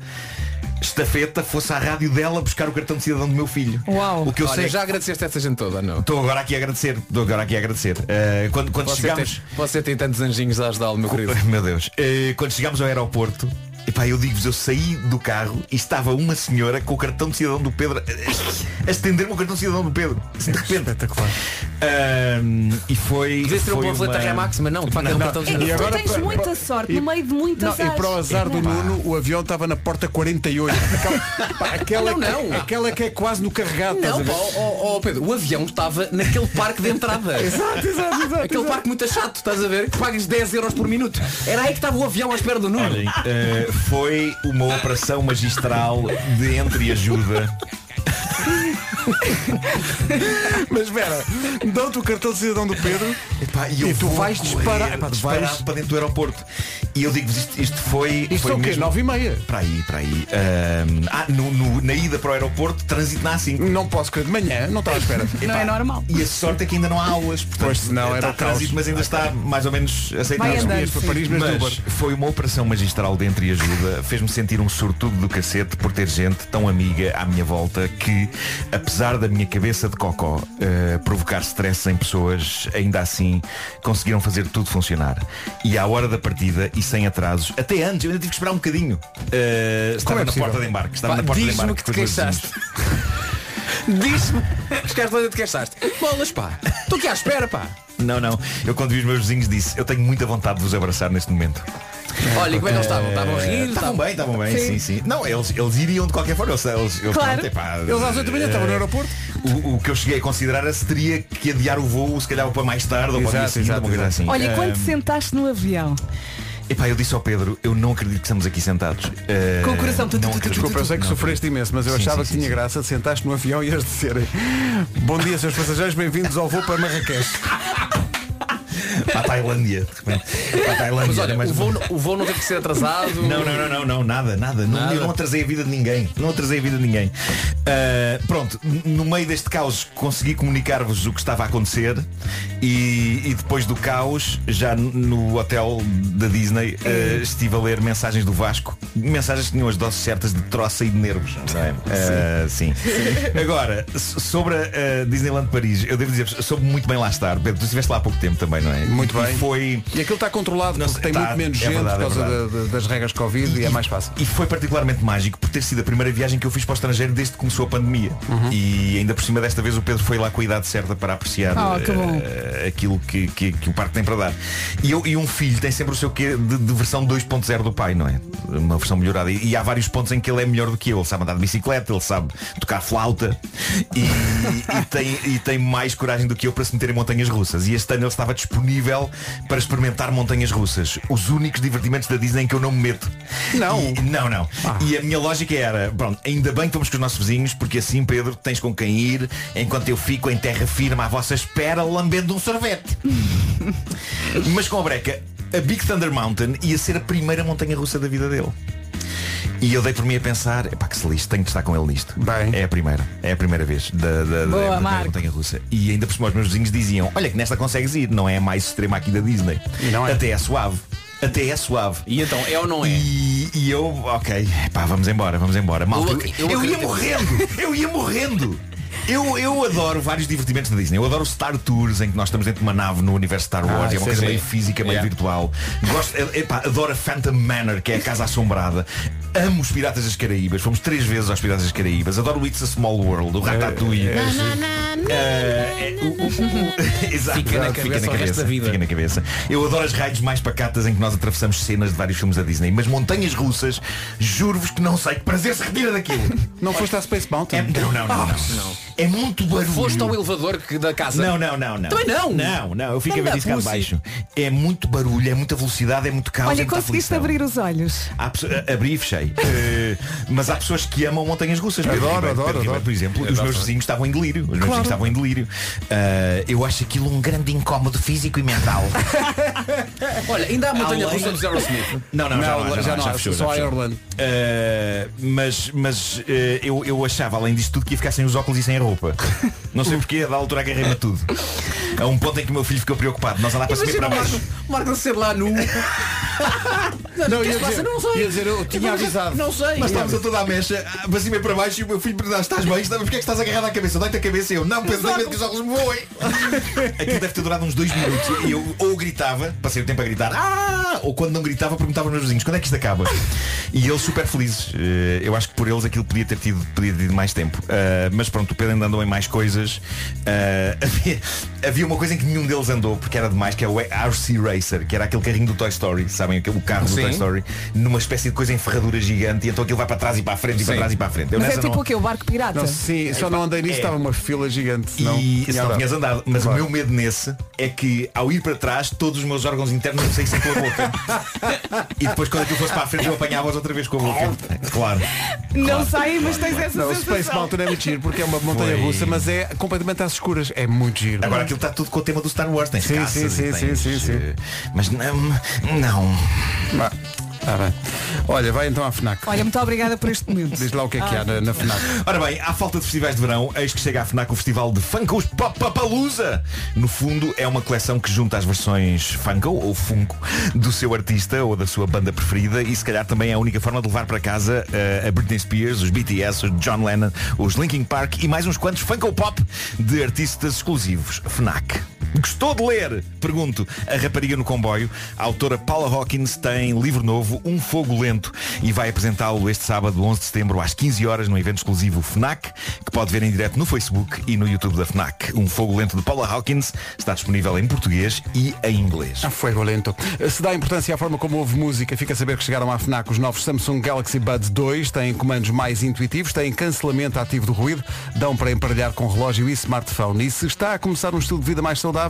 [SPEAKER 10] estafeta fosse à rádio dela buscar o cartão de cidadão do meu filho.
[SPEAKER 9] Uau.
[SPEAKER 3] É
[SPEAKER 10] O que eu
[SPEAKER 9] Olha,
[SPEAKER 10] sei
[SPEAKER 9] já agradeceste essa gente toda, não?
[SPEAKER 10] Estou agora aqui a agradecer. Estou agora aqui a agradecer. Ah, quando quando
[SPEAKER 9] Você
[SPEAKER 10] chegámos...
[SPEAKER 9] tem- você tem tantos anjinhos a ajudá-lo, meu querido.
[SPEAKER 10] Meu Deus. Eh, quando chegámos ao aeroporto, epá, eu digo-vos, eu saí do carro e estava uma senhora com o cartão de cidadão do Pedro a- a estender-me o cartão de cidadão do Pedro. De repente. Espetacular. e foi.
[SPEAKER 9] Podia ser um
[SPEAKER 10] foi
[SPEAKER 9] panfleto da
[SPEAKER 10] uma-
[SPEAKER 9] Remax, mas não, de facto, é um cartão de
[SPEAKER 3] É que tu tens muita sorte no meio de muitas
[SPEAKER 1] Não, e para o azar do Nuno, o avião estava na porta 48. Aquela, pá, aquela,
[SPEAKER 9] Não,
[SPEAKER 1] Que,
[SPEAKER 9] não.
[SPEAKER 1] aquela que é quase no carregado.
[SPEAKER 9] Não,
[SPEAKER 1] estás a
[SPEAKER 9] pá,
[SPEAKER 1] ver?
[SPEAKER 9] oh, oh, oh, Pedro, o avião estava naquele parque de entrada.
[SPEAKER 1] Exato, exato, exato,
[SPEAKER 9] Aquele parque muito chato, estás a ver? Que pagas 10 euros por minuto. Era aí que estava o avião à espera do Nuno.
[SPEAKER 10] Olhem, eh, foi uma operação magistral de entreajuda.
[SPEAKER 1] Mas espera, dão-te o cartão de cidadão do Pedro
[SPEAKER 10] Epá, e,
[SPEAKER 1] tu
[SPEAKER 10] vou
[SPEAKER 1] vais
[SPEAKER 10] correr
[SPEAKER 1] disparar. Epá, tu
[SPEAKER 10] disparado
[SPEAKER 1] vais-
[SPEAKER 10] para dentro do aeroporto. E eu digo-vos isto, isto foi.
[SPEAKER 1] Isto
[SPEAKER 10] foi
[SPEAKER 1] é o quê?
[SPEAKER 10] mesmo-
[SPEAKER 1] Nove e meia?
[SPEAKER 10] Para aí, para aí. Ahm, ah, no, no- na ida para o aeroporto, trânsito na A5.
[SPEAKER 1] Não posso crer de manhã, não estava à espera.
[SPEAKER 10] Não é normal. E a sorte é que ainda não há aulas. Portanto,
[SPEAKER 1] Pois, senão era
[SPEAKER 10] está
[SPEAKER 1] o caos.
[SPEAKER 10] trânsito, mas ainda está mais ou menos aceitável.
[SPEAKER 1] Vai andando, Dias para sim. Paris, mas de
[SPEAKER 10] mas
[SPEAKER 1] Uber.
[SPEAKER 10] foi uma operação magistral de entreajuda. Fez-me sentir um sortudo do cacete por ter gente tão amiga à minha volta que, apesar da minha cabeça de cocó eh, provocar stress em pessoas, ainda assim conseguiram fazer tudo funcionar. E à hora da partida e sem atrasos, até antes, eu ainda tive que esperar um bocadinho. Eh, estava na
[SPEAKER 9] é possível?
[SPEAKER 10] porta de embarque. Estava
[SPEAKER 9] Pá,
[SPEAKER 10] na porta de
[SPEAKER 9] diz-me
[SPEAKER 10] embarque.
[SPEAKER 9] que
[SPEAKER 10] com
[SPEAKER 9] te
[SPEAKER 10] os meus vizinhos.
[SPEAKER 9] queixaste. Diz-me. Chegaste lá e te queixaste. Bolas, pá. Estou aqui à espera, pá.
[SPEAKER 10] Não, não. Eu quando vi os meus vizinhos disse, eu tenho muita vontade de vos abraçar neste momento.
[SPEAKER 9] Olha, como é que eles estavam?
[SPEAKER 10] Eh,
[SPEAKER 9] Estavam a rir?
[SPEAKER 10] Estavam bem, estavam bem, sim, sim. Não, eles, eles iriam de qualquer forma. Eles, eles, eles,
[SPEAKER 9] Claro.
[SPEAKER 10] pronto, epá,
[SPEAKER 9] Eles às oito da manhã
[SPEAKER 10] eh,
[SPEAKER 9] estavam no aeroporto.
[SPEAKER 10] O, o que eu cheguei a considerar era se teria que adiar o voo, se calhar para mais tarde ou para o dia
[SPEAKER 1] Exato,
[SPEAKER 10] seguinte,
[SPEAKER 1] exato,
[SPEAKER 10] uma coisa assim.
[SPEAKER 3] Olha, e quando
[SPEAKER 10] Eh,
[SPEAKER 3] te sentaste no avião?
[SPEAKER 10] Epá, eu disse ao Pedro, eu não acredito que estamos aqui sentados. Eh,
[SPEAKER 1] Com o coração, tu, tu,
[SPEAKER 10] não
[SPEAKER 1] tu, tu,
[SPEAKER 10] acredito.
[SPEAKER 1] Desculpa, eu sei que
[SPEAKER 10] Não
[SPEAKER 1] sofreste
[SPEAKER 10] acredito.
[SPEAKER 1] imenso, mas eu
[SPEAKER 10] Sim,
[SPEAKER 1] achava
[SPEAKER 10] sim,
[SPEAKER 1] que tinha
[SPEAKER 10] sim,
[SPEAKER 1] graça de sentaste no avião e eles disserem Bom dia, seus passageiros, bem-vindos ao voo para Marrakech.
[SPEAKER 10] sim. Para a Tailândia, de repente. Para a Tailândia.
[SPEAKER 9] Mas olha,
[SPEAKER 10] era mais
[SPEAKER 9] o,
[SPEAKER 10] uma-
[SPEAKER 9] voo, o voo não teve que ser atrasado.
[SPEAKER 10] Não, não, não, não, não nada, nada. Não,
[SPEAKER 9] Nada.
[SPEAKER 10] eu não atrasei a vida de ninguém. Não atrasei a vida de ninguém. Uh, pronto, n- no meio deste caos consegui comunicar-vos o que estava a acontecer e, e depois do caos, já n- no hotel da Disney, uh, estive a ler mensagens do Vasco. Mensagens que tinham as doses certas de troça e de nervos. não é? Uh, sim. Agora, ah, so- sobre a uh, Disneyland Paris, eu devo dizer, soube muito bem lá estar. Pedro, tu estiveste lá há pouco tempo também, não é?
[SPEAKER 1] Muito
[SPEAKER 10] E
[SPEAKER 1] bem.
[SPEAKER 10] foi...
[SPEAKER 1] E aquilo está controlado, porque tem
[SPEAKER 10] tá,
[SPEAKER 1] muito menos
[SPEAKER 10] é
[SPEAKER 1] gente
[SPEAKER 10] verdade, é
[SPEAKER 1] por causa
[SPEAKER 10] verdade.
[SPEAKER 1] da- da- das regras Covid e, é mais fácil.
[SPEAKER 10] E foi particularmente mágico por ter sido a primeira viagem que eu fiz para o estrangeiro desde que começou a pandemia.
[SPEAKER 1] Uhum.
[SPEAKER 10] E ainda por cima desta vez o Pedro foi lá com a idade certa para apreciar
[SPEAKER 3] Ah,
[SPEAKER 10] eh,
[SPEAKER 3] que bom.
[SPEAKER 10] aquilo que, que- que o parque tem para dar. E, eu- e um filho tem sempre o seu quê de, de versão 2.0 do pai, não é? Uma versão melhorada. E, e há vários pontos em que ele é melhor do que eu. Ele sabe andar de bicicleta, ele sabe tocar flauta e, e tem, e tem mais coragem do que eu para se meter em montanhas russas. E este ano ele estava disponível para experimentar montanhas russas. Os únicos divertimentos da Disney em que eu não me meto. Não. não, não. E a minha lógica era, pronto, ainda bem que vamos com os nossos vizinhos, porque assim, Pedro, tens com quem ir, enquanto eu fico em terra firme à vossa espera, lambendo um sorvete. Mas com a breca, a Big Thunder Mountain ia ser a primeira montanha russa da vida dele. E eu dei por mim a pensar, epá, que se lixe, tenho de estar com ele nisto. É a primeira, é a primeira vez da, da, da-
[SPEAKER 12] Boa,
[SPEAKER 10] da
[SPEAKER 12] Marco.
[SPEAKER 10] montanha russa. E ainda por cima os meus vizinhos diziam, olha que nesta consegues ir, não é a mais extrema aqui da Disney. Até é suave. Até é suave.
[SPEAKER 9] E então, é ou não é?
[SPEAKER 10] E, e eu, ok, pá, vamos embora, vamos embora. Malta,
[SPEAKER 9] ac- eu
[SPEAKER 10] eu, ia
[SPEAKER 9] acredito.
[SPEAKER 10] morrendo, eu ia morrendo. Eu, eu adoro vários divertimentos da Disney. Eu adoro Star Tours, em que nós estamos dentro de uma nave no universo Star Wars.
[SPEAKER 9] Ah,
[SPEAKER 10] é uma
[SPEAKER 9] sim,
[SPEAKER 10] coisa
[SPEAKER 9] sim.
[SPEAKER 10] meio física, meio
[SPEAKER 9] Yeah.
[SPEAKER 10] virtual. Gosto, eh, epá, adoro a Phantom Manor, que é a casa assombrada. Amo os Piratas das Caraíbas. Fomos três vezes aos Piratas das Caraíbas. Adoro o It's a Small World, o Ratatouille.
[SPEAKER 5] é, é, sim.
[SPEAKER 10] Eh, é, o- o- o- Exato,
[SPEAKER 9] Fica na
[SPEAKER 10] exato,
[SPEAKER 9] cabeça o resto da vida.
[SPEAKER 10] Fica na cabeça. Eu adoro as raids mais pacatas em que nós atravessamos cenas de vários filmes da Disney, mas montanhas russas, juro-vos que não sei que prazer se retira daquilo.
[SPEAKER 1] Não foste à Space Mountain?
[SPEAKER 9] É,
[SPEAKER 10] não, não, não,
[SPEAKER 1] Ah,
[SPEAKER 10] não. É muito barulho.
[SPEAKER 9] Foste ao elevador que- da casa?
[SPEAKER 10] Não, não, não, não.
[SPEAKER 9] Também não.
[SPEAKER 10] Não, não, eu fico
[SPEAKER 9] Não
[SPEAKER 10] a ver
[SPEAKER 9] dá
[SPEAKER 10] isso cá de
[SPEAKER 9] pussy.
[SPEAKER 10] baixo. É muito barulho, é muita velocidade, é muito caos. é
[SPEAKER 3] Olha,
[SPEAKER 10] muita
[SPEAKER 3] conseguiste
[SPEAKER 10] aflição.
[SPEAKER 3] abrir os olhos.
[SPEAKER 10] Há pesso- a- Abri e fechei. Eh, mas há pessoas que amam montanhas russas. Pedro
[SPEAKER 1] Adoro,
[SPEAKER 10] Ribeiro,
[SPEAKER 1] adoro,
[SPEAKER 10] Pedro Ribeiro,
[SPEAKER 1] adoro.
[SPEAKER 10] Por exemplo, os
[SPEAKER 1] Adoro
[SPEAKER 10] meus
[SPEAKER 1] também.
[SPEAKER 10] vizinhos estavam em delírio. Os meus
[SPEAKER 1] Claro.
[SPEAKER 10] vizinhos estavam em delírio. Eh, eu acho aquilo um grande incómodo físico e mental.
[SPEAKER 9] Olha, ainda há montanha
[SPEAKER 10] Além-
[SPEAKER 9] russa dos Aerosmith.
[SPEAKER 10] Não, não, já não, há, já não, há, já fechou, já
[SPEAKER 1] só a
[SPEAKER 10] fechou.
[SPEAKER 1] Orlando.
[SPEAKER 10] Eh, mas mas eh, eu, eu achava, além disso tudo, que ia ficar sem os óculos e sem a roupa. Não sei porquê, da altura agarrei-me a tudo. A um ponto em que o meu filho ficou preocupado. Nós andar para subir
[SPEAKER 9] Imagina
[SPEAKER 10] para
[SPEAKER 9] o
[SPEAKER 10] baixo.
[SPEAKER 9] Marco, o Marco ser lá nu.
[SPEAKER 1] Não,
[SPEAKER 9] O que é
[SPEAKER 1] ia
[SPEAKER 9] que se passa?
[SPEAKER 1] dizer-
[SPEAKER 9] não sei.
[SPEAKER 1] ia dizer, eu tinha
[SPEAKER 9] vamos-
[SPEAKER 1] avisado.
[SPEAKER 9] Não sei.
[SPEAKER 10] Mas estávamos a toda a mecha, ah, para cima e para baixo, e o meu filho perguntar, estás bem? Está- Porquê é que estás agarrado à cabeça? Dói-te a cabeça e eu, não, penso, dói medo que os óculos me voem. Aquilo deve ter durado uns dois minutos. E eu ou gritava, passei o tempo a gritar, ah! Ou quando não gritava, perguntava aos meus vizinhos, quando é que isto acaba? E eles super felizes. Eh, Eu acho que por eles aquilo podia ter tido, podia ter tido mais tempo. Ah, Mas pronto, o Pedro ainda andou em mais coisas. Ah, havia, havia uma coisa em que nenhum deles andou, porque era demais, que é o RC Racer, que era aquele carrinho do Toy Story, sabem? Aquele o carro do
[SPEAKER 9] Sim.
[SPEAKER 10] Toy Story, numa espécie de coisa em ferradura gigante, e então aquilo vai para trás e para a frente e para
[SPEAKER 9] Sim.
[SPEAKER 10] trás e para a frente. Eu
[SPEAKER 3] Mas é
[SPEAKER 10] nessa
[SPEAKER 3] tipo
[SPEAKER 10] não-
[SPEAKER 3] o quê? O barco pirata?
[SPEAKER 1] Não, sim, só não andei nisso,
[SPEAKER 10] É.
[SPEAKER 1] estava uma fila gigante. senão
[SPEAKER 10] E se não
[SPEAKER 1] andado.
[SPEAKER 10] tinhas andado. Mas
[SPEAKER 1] Claro.
[SPEAKER 10] o meu medo nesse é que ao ir para trás todos os meus órgãos internos eu saí sempre pela boca. e depois quando aquilo fosse para a frente eu apanhava-os outra vez com a boca. Claro.
[SPEAKER 3] Não sei, mas tens essa
[SPEAKER 1] Não, o Space
[SPEAKER 3] sensação.
[SPEAKER 1] Mountain é muito giro porque é uma montanha
[SPEAKER 10] Foi.
[SPEAKER 1] russa, mas é completamente às escuras. É muito giro.
[SPEAKER 10] Agora aquilo está tudo com o tema do Star Wars, tens
[SPEAKER 1] Sim,
[SPEAKER 10] caças
[SPEAKER 1] sim,
[SPEAKER 10] e
[SPEAKER 1] sim, sim,
[SPEAKER 10] tens,
[SPEAKER 1] sim, sim.
[SPEAKER 10] eh, Mas não. Não.
[SPEAKER 1] Vá. Tá bem. Olha, vai então à FNAC.
[SPEAKER 3] Olha, muito obrigada por este momento.
[SPEAKER 1] Diz lá o que é que há na, na FNAC.
[SPEAKER 10] Ora bem, à falta de festivais de verão, eis que chega à FNAC o festival de Funkos Papalusa. No fundo, é uma coleção que junta as versões Funko ou Funko do seu artista ou da sua banda preferida e se calhar também é a única forma de levar para casa eh, a Britney Spears, os BTS, os John Lennon, os Linkin Park e mais uns quantos Funko Pop de artistas exclusivos. FNAC. Gostou de ler? Pergunto. A rapariga no comboio, a autora Paula Hawkins tem livro novo, Um Fogo Lento, e vai apresentá-lo este sábado, 11 de setembro, às 15 horas, num evento exclusivo FNAC, que pode ver em direto no Facebook e no YouTube da FNAC. Um Fogo Lento de Paula Hawkins está disponível em português e em inglês.
[SPEAKER 1] Ah, foi lento. Se dá importância à forma como ouve música, fica a saber que chegaram à FNAC os novos Samsung Galaxy Buds 2, têm comandos mais intuitivos, têm cancelamento ativo do ruído, dão para emparelhar com relógio e smartphone. E se está a começar um estilo de vida mais saudável,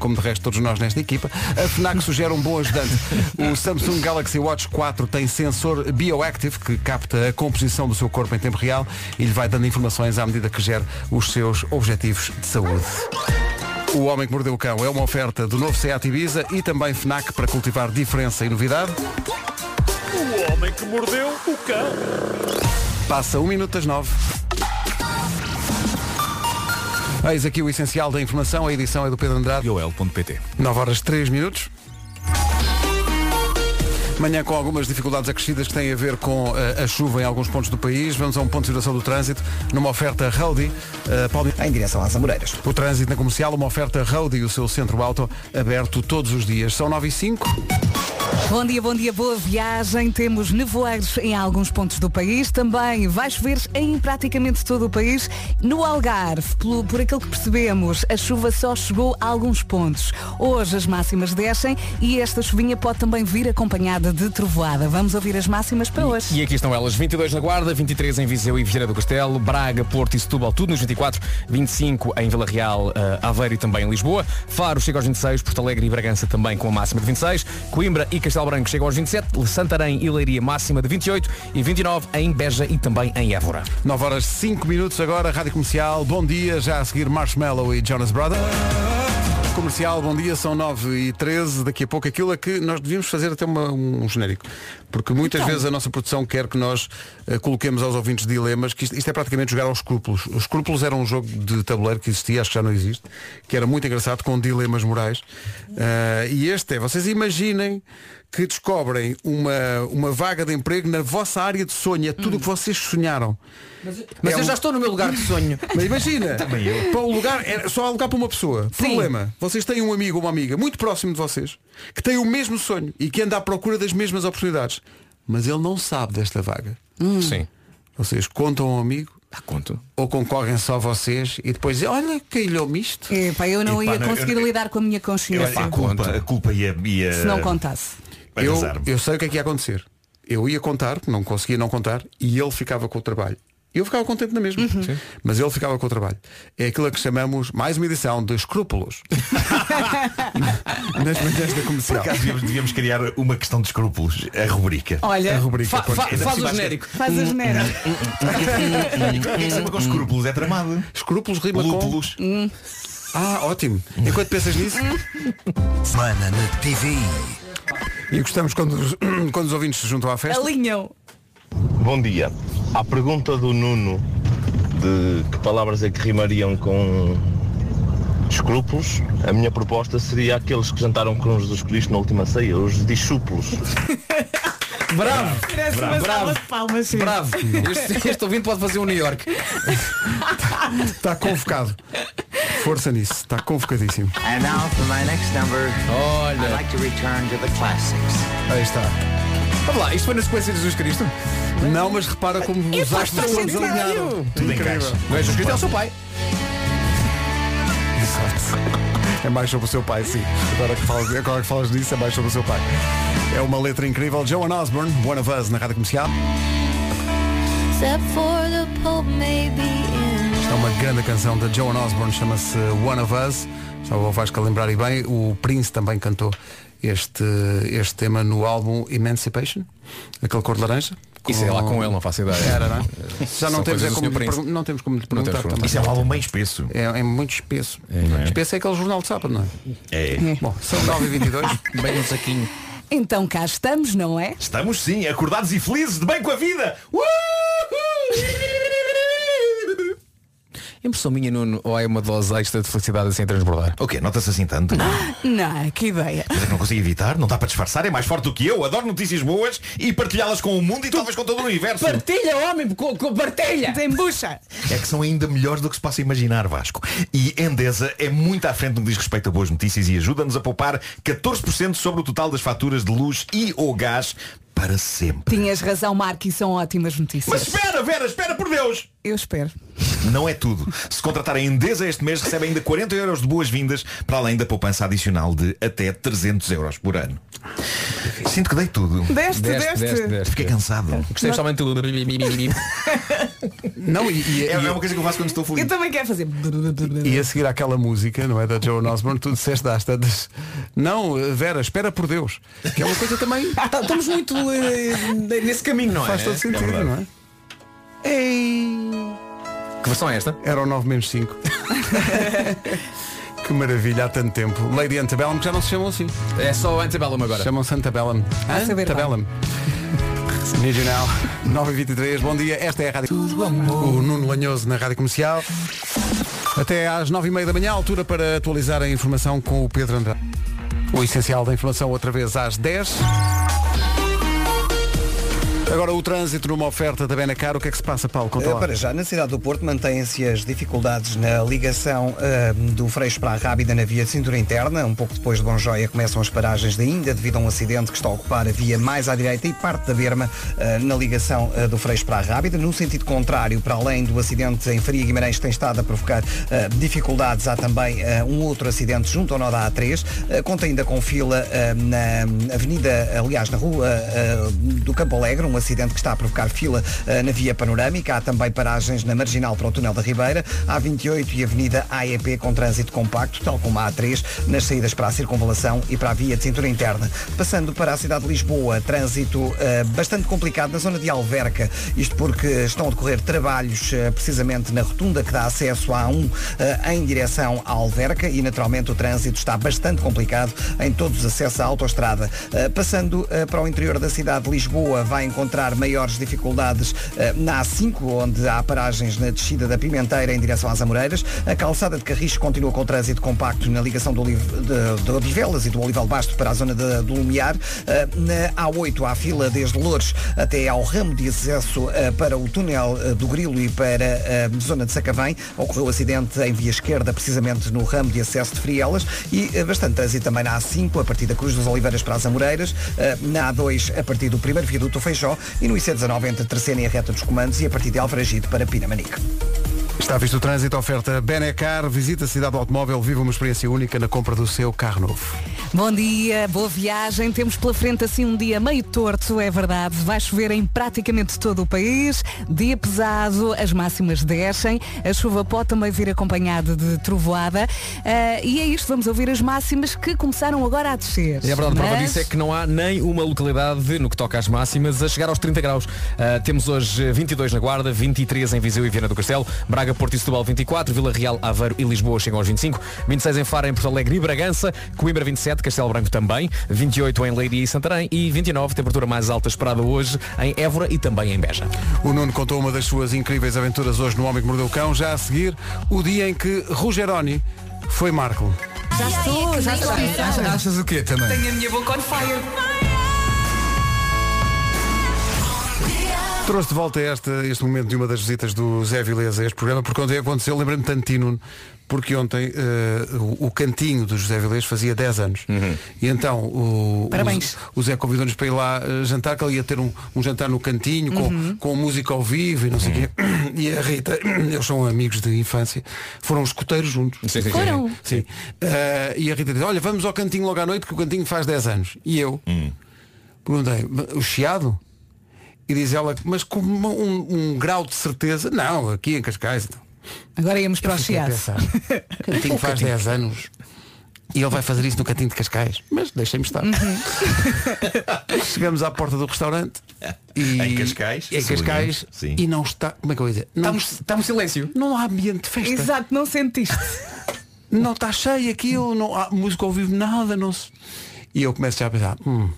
[SPEAKER 1] como de resto todos nós nesta equipa, a FNAC sugere um bom ajudante. O Samsung Galaxy Watch 4 tem sensor bioactive que capta a composição do seu corpo em tempo real e lhe vai dando informações à medida que gera os seus objetivos de saúde. O Homem que Mordeu o Cão é uma oferta do novo SEAT Ibiza e também FNAC para cultivar diferença e novidade.
[SPEAKER 5] O homem que mordeu o cão.
[SPEAKER 1] Passa 1 minuto das 9. Eis aqui o essencial da informação. A edição é do Pedro Andrade.
[SPEAKER 2] Ioel.pt
[SPEAKER 1] 9 horas 3 minutos. Manhã com algumas dificuldades acrescidas que têm a ver com eh, a chuva em alguns pontos do país. Vamos a um ponto de situação do trânsito numa oferta eh, Rody.
[SPEAKER 4] Em direção às Amoreiras.
[SPEAKER 1] O trânsito na comercial, uma oferta Rody e o seu centro auto aberto todos os dias. São 9 e 5.
[SPEAKER 3] Bom dia, bom dia, boa viagem. Temos nevoeiros em alguns pontos do país. Também vai chover em praticamente todo o país. No Algarve, pelo- por aquilo que percebemos, a chuva só chegou a alguns pontos. Hoje as máximas descem e esta chuvinha pode também vir acompanhada de trovoada. Vamos ouvir as máximas para hoje.
[SPEAKER 9] E aqui estão elas, 22 na Guarda, 23 em Viseu e Vieira do Castelo, Braga, Porto e Setúbal, tudo nos 24, 25 em Vila Real, eh, Aveiro e também em Lisboa, Faro chega aos 26, Porto Alegre e Bragança também com a máxima de 26, Coimbra e Castelo Branco chegam aos 27, Santarém e Leiria máxima de 28 e 29 em Beja e também em Évora.
[SPEAKER 1] 9 horas 5 minutos agora, Rádio Comercial. Bom dia, já a seguir Marshmallow e Jonas Brothers. Comercial, bom dia, são 9 e 13 Daqui a pouco aquilo a que nós devíamos fazer até uma- um genérico. Porque muitas vezes a nossa produção quer que nós eh, coloquemos aos ouvintes dilemas, que isto, isto é praticamente jogar aos escrúpulos. Os escrúpulos era um jogo de tabuleiro que existia, acho que já não existe, que era muito engraçado, com dilemas morais. Ah, e este é, vocês imaginem que descobrem uma, uma vaga de emprego na vossa área de sonho, é tudo o que vocês sonharam.
[SPEAKER 12] Mas
[SPEAKER 1] É
[SPEAKER 12] eu
[SPEAKER 1] um-
[SPEAKER 12] já estou no meu lugar de sonho.
[SPEAKER 1] Mas imagina,
[SPEAKER 12] Também eu.
[SPEAKER 1] para o lugar, é só alugar para uma pessoa.
[SPEAKER 12] Sim.
[SPEAKER 1] Problema, vocês têm um amigo ou uma amiga muito próximo de vocês, que tem o mesmo sonho e que anda à procura das mesmas oportunidades. Mas ele não sabe desta vaga.
[SPEAKER 9] Sim.
[SPEAKER 1] Vocês contam ao amigo.
[SPEAKER 12] Ah,
[SPEAKER 1] Ou concorrem só vocês e depois dizem, olha, calhou-me isto.
[SPEAKER 3] Epá, eu não
[SPEAKER 1] Epá,
[SPEAKER 3] ia
[SPEAKER 1] não, eu-
[SPEAKER 3] conseguir lidar com a minha consciência
[SPEAKER 1] Epá,
[SPEAKER 10] A É culpa e a... E a...
[SPEAKER 3] se
[SPEAKER 1] eh,
[SPEAKER 3] não contasse.
[SPEAKER 1] Eu,
[SPEAKER 10] Arrasar-me.
[SPEAKER 1] eu sei o que é que ia acontecer. Eu ia contar, não conseguia não contar, e ele ficava com o trabalho. Eu ficava contente na
[SPEAKER 9] Uhum.
[SPEAKER 1] mesma, mas ele ficava com o trabalho. É aquilo a que chamamos, mais uma edição, de escrúpulos. Nas manhãs da comercial.
[SPEAKER 10] Por acaso devíamos, devíamos criar uma questão de escrúpulos, a rubrica.
[SPEAKER 3] Olha,
[SPEAKER 10] a rubrica,
[SPEAKER 9] fa-
[SPEAKER 10] pronto.
[SPEAKER 9] fa-
[SPEAKER 10] Ainda
[SPEAKER 9] faz
[SPEAKER 10] por
[SPEAKER 9] o
[SPEAKER 10] cima, acho que-
[SPEAKER 9] genérico.
[SPEAKER 3] Faz a genera.
[SPEAKER 10] Hum, com escrúpulos é tramado.
[SPEAKER 1] Escrúpulos rima
[SPEAKER 10] com.
[SPEAKER 1] Ah, ótimo. Enquanto pensas nisso.
[SPEAKER 5] Semana na TV.
[SPEAKER 1] E gostamos quando, os- quando os ouvintes se juntam à festa.
[SPEAKER 3] Alinham.
[SPEAKER 14] Bom dia. À pergunta do Nuno de que palavras é que rimariam com escrúpulos, a minha proposta seria aqueles que jantaram com Jesus Cristo na última ceia, os discípulos.
[SPEAKER 12] Bravo!
[SPEAKER 14] Merece uma
[SPEAKER 12] Bravo!
[SPEAKER 14] salva
[SPEAKER 12] palmas, Bravo! Este, este ouvinte pode fazer um New York.
[SPEAKER 1] Está convocado. Força nisso, está convocadíssimo.
[SPEAKER 15] And now for my next number, I'd like to return to the classics.
[SPEAKER 1] Aí está. Vamos lá, isto foi na sequência de Jesus Cristo? Não, mas repara como
[SPEAKER 12] É,
[SPEAKER 1] os
[SPEAKER 12] faz
[SPEAKER 1] astros
[SPEAKER 12] todo
[SPEAKER 1] todos
[SPEAKER 12] sentido.
[SPEAKER 1] alinharam.
[SPEAKER 12] Tudo
[SPEAKER 1] Incrível.
[SPEAKER 12] encaixa. Não é Jesus Cristo, é o seu pai.
[SPEAKER 1] É mais sobre o seu pai, sim. Agora que falas, agora que falas disso, é mais sobre o seu pai. É uma letra incrível. Joan Osborne, One of Us, na Rádio Comercial.
[SPEAKER 16] Except for the Pope may be in.
[SPEAKER 1] Isto é uma grande canção da Joan Osborne, chama-se One of Us. Estava o Vasco a lembrar e bem. O Prince também cantou este, este tema no álbum Emancipation, aquele cor de laranja.
[SPEAKER 9] Isso é lá com ele, não faço ideia.
[SPEAKER 1] Era, não é?
[SPEAKER 9] Eh,
[SPEAKER 1] Já não
[SPEAKER 9] são
[SPEAKER 1] temos,
[SPEAKER 9] coisas
[SPEAKER 1] é
[SPEAKER 9] do
[SPEAKER 1] como
[SPEAKER 9] Sr.
[SPEAKER 1] lhe
[SPEAKER 9] Príncipe.
[SPEAKER 1] pergun- não temos como lhe
[SPEAKER 9] Não temos
[SPEAKER 1] perguntar
[SPEAKER 9] perguntas.
[SPEAKER 1] também.
[SPEAKER 9] Isso é um álbum bem
[SPEAKER 1] espesso. É, é muito espesso.
[SPEAKER 9] não é?
[SPEAKER 1] Espesso é aquele jornal de sábado, não é?
[SPEAKER 10] É.
[SPEAKER 1] Bom, são 9h22.
[SPEAKER 9] Bem um saquinho.
[SPEAKER 3] Então cá estamos, não é?
[SPEAKER 10] Estamos sim, acordados e felizes, de bem com a vida.
[SPEAKER 9] Impressão minha, Nuno, ou é uma dose extra de felicidade assim a transbordar?
[SPEAKER 10] O quê? Nota-se assim tanto?
[SPEAKER 3] Não, que ideia.
[SPEAKER 10] Mas é que não consigo evitar, não dá para disfarçar, é mais forte do que eu. Adoro notícias boas e partilhá-las com o mundo e talvez com todo o universo.
[SPEAKER 12] Partilha, homem, co- co- partilha! Tem bucha!
[SPEAKER 10] É que são ainda melhores do que se possa imaginar, Vasco. E Endesa é muito à frente no que diz respeito a boas notícias e ajuda-nos a poupar 14% sobre o total das faturas de luz e ou gás para sempre.
[SPEAKER 3] Tinhas razão, Marco, e são ótimas notícias. Mas
[SPEAKER 10] espera, Vera, espera por Deus!
[SPEAKER 3] Eu espero.
[SPEAKER 10] Não é tudo. Se contratar a Endesa este mês, recebe ainda 40 euros de boas-vindas, para além da poupança adicional de até 300 euros por ano. Sinto que dei tudo.
[SPEAKER 12] Deste, Deste, deste. deste, deste.
[SPEAKER 10] Fiquei cansado.
[SPEAKER 9] Gostei somente do...
[SPEAKER 1] Não, e, e-
[SPEAKER 10] é,
[SPEAKER 1] e-
[SPEAKER 10] é uma coisa que eu faço quando estou feliz.
[SPEAKER 3] Eu também quero fazer.
[SPEAKER 1] E a seguir àquela música, não é? Da Joan Osborne, tu disseste às tantas. Não, Vera, espera por Deus. Que é uma coisa também.
[SPEAKER 12] Estamos muito eh, nesse caminho, não é?
[SPEAKER 1] Faz todo sentido,
[SPEAKER 12] verdade.
[SPEAKER 1] não é?
[SPEAKER 9] Que versão é esta?
[SPEAKER 1] Era o 9 menos 5. que maravilha, há tanto tempo. Lady Antebellum, que já não se chamam assim.
[SPEAKER 9] É só Antebellum agora.
[SPEAKER 1] Chamam-se Antebellum.
[SPEAKER 9] A saber
[SPEAKER 1] Antebellum. Need you now. 9h23, bom dia. Esta é a Rádio O Nuno Lanhoso na Rádio Comercial. Até às 9h30 da manhã, altura para atualizar a informação com o Pedro Andrade. O essencial da informação outra vez às 10. Agora o trânsito numa oferta da Benacar, o que é que se passa, Paulo? Conta
[SPEAKER 4] Eh,
[SPEAKER 1] lá.
[SPEAKER 4] Para já, na cidade do Porto mantêm-se as dificuldades na ligação eh, do Freixo para a Rábida na via de cintura interna. Um pouco depois de Bonjoia começam as paragens de ainda devido a um acidente que está a ocupar a via mais à direita e parte da berma eh, na ligação eh, do Freixo para a Rábida. No sentido contrário, para além do acidente em Faria Guimarães que tem estado a provocar eh, dificuldades, há também eh, um outro acidente junto ao nó da A3. eh, conta ainda com fila eh, na avenida, aliás, na rua eh, do Campo Alegre, um acidente que está a provocar fila eh, na via panorâmica. Há também paragens na marginal para o túnel da Ribeira, a 28 e a avenida AEP com trânsito compacto, tal como a A3, nas saídas para a circunvalação e para a via de cintura interna. Passando para a cidade de Lisboa, trânsito eh, bastante complicado na zona de Alverca, isto porque estão a decorrer trabalhos eh, precisamente na rotunda que dá acesso à A1 eh, em direção à Alverca e naturalmente o trânsito está bastante complicado em todos os acessos à autoestrada. Eh, Passando eh, para o interior da cidade de Lisboa, vai encontrar maiores dificuldades eh, na A5, onde há paragens na descida da Pimenteira em direção às Amoreiras. A calçada de Carris continua com o trânsito compacto na ligação do Oliv- de, de Odivelas e do Olival Basto para a zona de- do Lumiar. Eh, Na A8 há fila desde Loures até ao ramo de acesso eh, para o túnel eh, do Grilo e para a zona de Sacavém. Ocorreu um acidente em via esquerda, precisamente no ramo de acesso de Frielas e eh, bastante trânsito também na A5, a partir da Cruz dos Oliveiras para as Amoreiras, eh, na A2 a partir do primeiro viaduto Feijó e no IC19 entre a terceira e a reta dos comandos e a partir de Alfragido para Pinamanique.
[SPEAKER 1] Está visto o trânsito, oferta Benacar, visita a cidade do automóvel, viva uma experiência única na compra do seu carro novo.
[SPEAKER 3] Bom dia, boa viagem. Temos pela frente assim um dia meio torto, é verdade. Vai chover em praticamente todo o país. Dia pesado, as máximas descem. A chuva pode também vir acompanhada de trovoada. Ah, e é isto, vamos ouvir as máximas que começaram agora a descer.
[SPEAKER 9] E a verdade prova
[SPEAKER 3] Mas-
[SPEAKER 9] disso é que não há nem uma localidade, no que toca às máximas, a chegar aos 30 graus. Ah, temos hoje eh, 22 na Guarda, 23 em Viseu e Viana do Castelo, Braga, Porto e Setúbal 24, Vila Real, Aveiro e Lisboa chegam aos 25, 26 em Faro, em Porto Alegre e Bragança, Coimbra 27, Castelo Branco também, 28 em Leiria e Santarém e 29, temperatura mais alta esperada hoje em Évora e também em Beja.
[SPEAKER 1] O Nuno contou uma das suas incríveis aventuras hoje no Homem que Mordeu o Cão, já a seguir, o dia em que Rugeroni foi Marco.
[SPEAKER 3] Já estou, já estou.
[SPEAKER 1] o quê também?
[SPEAKER 3] Tenho a minha boca on fire.
[SPEAKER 1] Trouxe de volta este, este momento de uma das visitas do Zé Vileza a este programa, porque ontem aconteceu, lembrei-me tanto de ti, Nuno, porque ontem eh, o, o cantinho do José Vileza fazia 10 anos. E então o,
[SPEAKER 3] Parabéns.
[SPEAKER 1] o, o Zé convidou-nos para ir lá eh, jantar, que ele ia ter um, um jantar no cantinho, com,
[SPEAKER 3] Uhum.
[SPEAKER 1] com música ao vivo e não sei o quê. E a Rita, eles são amigos de infância, foram escuteiros juntos. Sim,
[SPEAKER 9] sim.
[SPEAKER 3] Então.
[SPEAKER 9] Foram.
[SPEAKER 1] Sim. Eh, e a Rita diz, olha, vamos ao cantinho logo à noite, que o cantinho faz 10 anos. E eu
[SPEAKER 10] Hum.
[SPEAKER 1] perguntei, o chiado? E diz ela, mas com uma- um, um grau de certeza, não, aqui em Cascais. então."
[SPEAKER 3] Agora íamos para o
[SPEAKER 1] Eu fiquei a
[SPEAKER 3] Chiado.
[SPEAKER 1] pensar. Cantinho faz 10 anos. E ele vai fazer isso no cantinho de Cascais. Mas deixem-me estar.
[SPEAKER 3] Uhum.
[SPEAKER 1] Chegamos à porta do restaurante. E
[SPEAKER 10] Em Cascais,
[SPEAKER 1] Em Cascais.
[SPEAKER 10] sublinho, sim.
[SPEAKER 1] E não está. Como é que eu vou dizer? Não, está um silêncio. Não há ambiente de festa.
[SPEAKER 3] Exato, não sentiste.
[SPEAKER 1] Não está cheio aquilo, não há música ao vivo, nada, não se. E eu começo já a pensar, "Hum,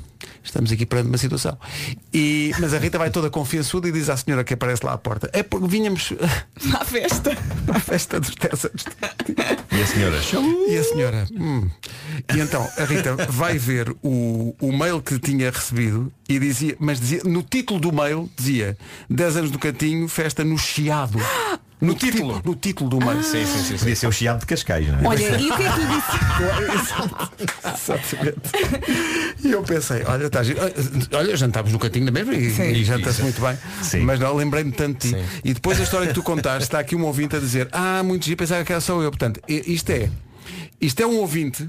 [SPEAKER 1] estamos aqui perante uma situação. E, mas a Rita vai toda confiançuda e diz à senhora que aparece lá à porta. É porque vinhamos
[SPEAKER 3] à festa.
[SPEAKER 1] à festa dos 10 anos.
[SPEAKER 10] E a senhora?
[SPEAKER 1] E a senhora? "Hum." E então a Rita vai ver o, o mail que tinha recebido e dizia, mas dizia, no título do mail dizia 10 anos do cantinho, festa no chiado. No, título? No título do mail.
[SPEAKER 10] Sim, sim, sim, Podia ser o chiado de Cascais, não é?
[SPEAKER 3] Olha, e o que é que lhe
[SPEAKER 1] Exatamente. E eu pensei, olha, está giro. Olha, jantámos no cantinho da mesma e,
[SPEAKER 3] Sim.
[SPEAKER 1] e janta-se muito bem. Mas não lembrei-me tanto de ti. E depois a história que tu contaste, está aqui um ouvinte a dizer, ah, muito giro, pensava que era só eu. Portanto, i- isto é, isto é um ouvinte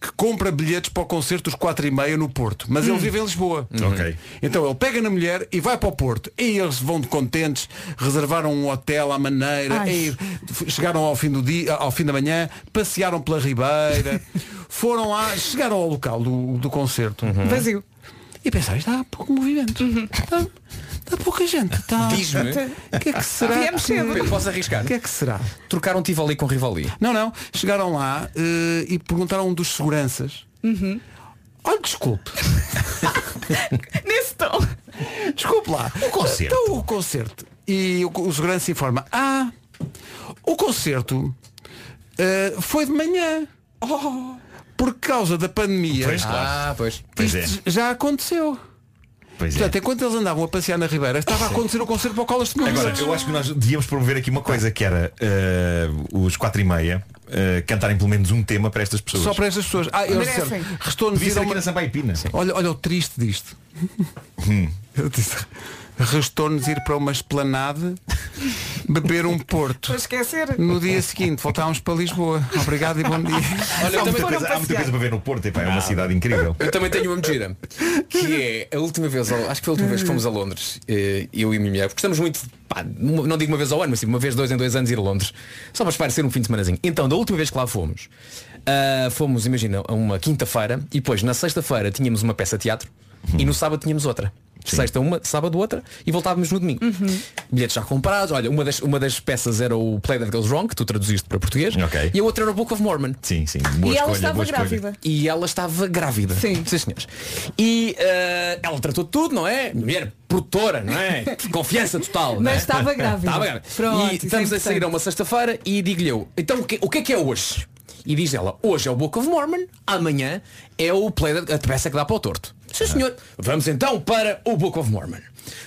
[SPEAKER 1] que compra bilhetes para o concerto dos 4 e meia no Porto, mas ele
[SPEAKER 10] Hum.
[SPEAKER 1] vive em Lisboa.
[SPEAKER 10] Ok.
[SPEAKER 1] Então ele pega na mulher e vai para o Porto. E eles vão de contentes, reservaram um hotel à maneira,
[SPEAKER 3] Ai.
[SPEAKER 1] e f- chegaram ao fim, do dia, ao fim da manhã, passearam pela Ribeira, foram lá, chegaram ao local do, do concerto.
[SPEAKER 3] Vazio.
[SPEAKER 1] E pensaram, está há pouco movimento. Está, está pouca gente. Está... O que é que será? que-
[SPEAKER 9] Posso arriscar?
[SPEAKER 1] O que é que será?
[SPEAKER 9] Trocaram um Tivoli com Rivoli.
[SPEAKER 1] Não, não. Chegaram lá eh, e perguntaram a um dos seguranças.
[SPEAKER 3] Uhum.
[SPEAKER 1] Olha, desculpe.
[SPEAKER 3] Nesse tom.
[SPEAKER 1] Desculpe lá. O
[SPEAKER 3] concerto.
[SPEAKER 1] Então o concerto. E o, o segurança informa. Ah, o concerto eh, foi de manhã.
[SPEAKER 3] Oh.
[SPEAKER 1] Por causa da pandemia.
[SPEAKER 9] Pois, claro. Ah, pois.
[SPEAKER 1] Isto já aconteceu.
[SPEAKER 10] Pois é.
[SPEAKER 1] Portanto, enquanto eles andavam a passear na Ribeira, estava a acontecer o concerto para o Colas de Mil
[SPEAKER 10] Agora,
[SPEAKER 1] Milhões.
[SPEAKER 10] eu acho que nós devíamos promover aqui uma coisa que era eh, os 4 e meia eh, cantarem pelo menos um tema para estas pessoas.
[SPEAKER 1] Só para estas pessoas. Ah, eu
[SPEAKER 10] Merecem.
[SPEAKER 1] sério, restou-nos
[SPEAKER 10] Podia
[SPEAKER 1] ir
[SPEAKER 10] ser
[SPEAKER 1] a
[SPEAKER 10] aqui
[SPEAKER 1] uma...
[SPEAKER 10] na Sampaipina.
[SPEAKER 1] Olha, olha o triste disto. Eu disse, Restou-nos ir para uma esplanade beber um porto.
[SPEAKER 3] Para esquecer.
[SPEAKER 1] No dia seguinte voltámos para Lisboa. Obrigado e bom dia.
[SPEAKER 10] Olha, há, muita coisa, há muita coisa para ver no Porto, epá, é uma cidade incrível.
[SPEAKER 9] Eu também tenho uma medida, que é a última vez, ao- acho que foi a última vez que fomos a Londres, eh, eu e a minha mulher, porque estamos muito, pá, uma- não digo uma vez ao ano, mas sim, uma vez, dois em dois anos ir a Londres, só para esparecer um fim de semanazinho. Então, da última vez que lá fomos, ah, fomos, imagina, a uma quinta-feira e depois na sexta-feira tínhamos uma peça de teatro e no sábado tínhamos outra. Sexta uma, sábado outra e voltávamos no domingo. Bilhetes já comprados, olha, uma das, uma das peças era o Play That Goes Wrong, que tu traduziste para português, e a outra era o Book of Mormon.
[SPEAKER 10] Sim, sim.
[SPEAKER 3] boa E ela escolha, estava boa escolha. grávida.
[SPEAKER 9] E ela estava grávida. Sim. senhores. E eh, ela tratou de tudo, não é? Mulher produtora, não é? De Confiança total. não é?
[SPEAKER 3] Mas estava grávida.
[SPEAKER 9] Estava grávida.
[SPEAKER 3] Pronto,
[SPEAKER 9] e
[SPEAKER 3] isso é
[SPEAKER 9] estamos a
[SPEAKER 3] importante.
[SPEAKER 9] sair a uma sexta-feira e digo-lhe eu, então o que, o que é que é hoje? E diz ela, hoje é o Book of Mormon, amanhã é o play da, a peça que dá para o torto.
[SPEAKER 3] Ah.
[SPEAKER 9] Sim senhor, vamos então para o Book of Mormon.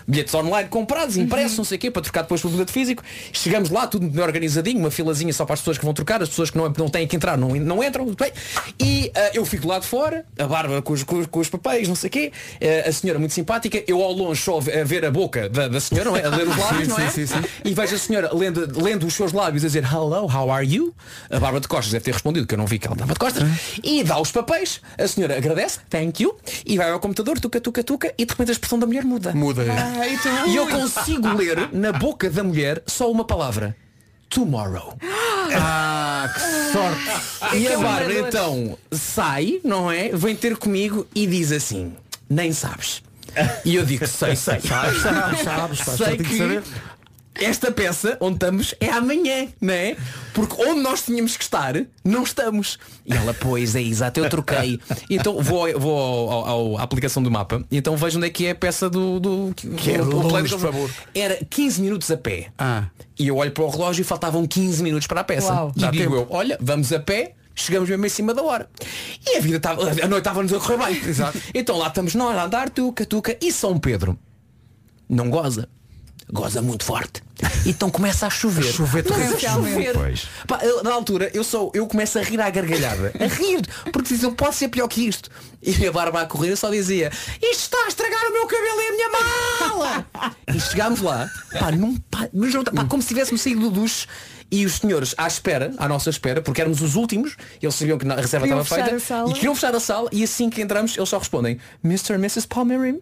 [SPEAKER 9] Bilhetes online comprados, impressos,
[SPEAKER 3] Uhum.
[SPEAKER 9] não sei o quê, para trocar depois pelo bilhete físico. Chegamos lá, tudo bem organizadinho, uma filazinha só para as pessoas que vão trocar, as pessoas que não, não têm que entrar não, não entram, tudo bem. E ah, eu fico lá de fora, a Bárbara com os, com, os- com os papéis, não sei o quê, ah, a senhora muito simpática, eu ao longe só a ver a boca da, da senhora, não é? A ler os lábios,
[SPEAKER 1] Sim,
[SPEAKER 9] não é?
[SPEAKER 1] sim, sim, sim.
[SPEAKER 9] E vejo a senhora lendo, lendo os seus lábios a dizer Hello, how are you? A Bárbara de Costas deve ter respondido que eu não vi que ela estava de costas
[SPEAKER 1] Hum.
[SPEAKER 9] E dá os papéis, a senhora agradece, thank you E vai ao computador, tuca, tuca, tuca E de repente a expressão da mulher muda
[SPEAKER 1] Muda
[SPEAKER 3] Ah, e tu-
[SPEAKER 9] E eu consigo ler na boca da mulher só uma palavra Tomorrow Ah, que sorte E a Bárbara então sai, não é? Vem ter comigo e diz assim Nem sabes E eu digo, sei, sei
[SPEAKER 1] Sabes, sabes, sabes, sabes,
[SPEAKER 9] Sei
[SPEAKER 1] tem que
[SPEAKER 9] que
[SPEAKER 1] saber.
[SPEAKER 9] esta peça onde estamos é amanhã, não é? Porque onde nós tínhamos que estar, não estamos. E ela, pois é, exato, eu troquei. E então vou, ao- vou ao- ao- ao- à aplicação do mapa e então vejo onde é que é a peça do. do
[SPEAKER 1] Que é
[SPEAKER 9] do- do-
[SPEAKER 1] longe,
[SPEAKER 9] Play-
[SPEAKER 1] por favor. Ah.
[SPEAKER 9] Era 15 minutos a pé. E eu olho para o relógio e faltavam 15 minutos para a peça.
[SPEAKER 3] Uau.
[SPEAKER 9] E
[SPEAKER 3] Dá
[SPEAKER 9] digo
[SPEAKER 3] tempo.
[SPEAKER 9] eu, olha, vamos a pé. Chegamos mesmo em cima da hora. E a vida estava. A noite estava-nos a correr bem. Então lá estamos nós a andar, tuca, tuca. E São Pedro não goza. Goza muito forte. Então começa a chover.
[SPEAKER 1] chover
[SPEAKER 9] Mas a
[SPEAKER 1] torrencialmente.
[SPEAKER 9] chover.
[SPEAKER 1] Pois.
[SPEAKER 9] Pá, eu, na altura, eu só eu começo a rir à gargalhada. A rir. Porque diz, eu posso ser pior que isto. E a barba a correr eu só dizia, isto está a estragar o meu cabelo e a minha mala. E chegámos lá, pá, num, pá, mas não- pá, como se tivéssemos saído do duche e os senhores à espera, à nossa espera, porque éramos os últimos, eles sabiam que a reserva
[SPEAKER 3] Queriam
[SPEAKER 9] estava
[SPEAKER 3] fechar
[SPEAKER 9] feita
[SPEAKER 3] a sala.
[SPEAKER 9] e queriam fechar a sala e assim que entramos eles só respondem Mr. and Mrs. Palmerim.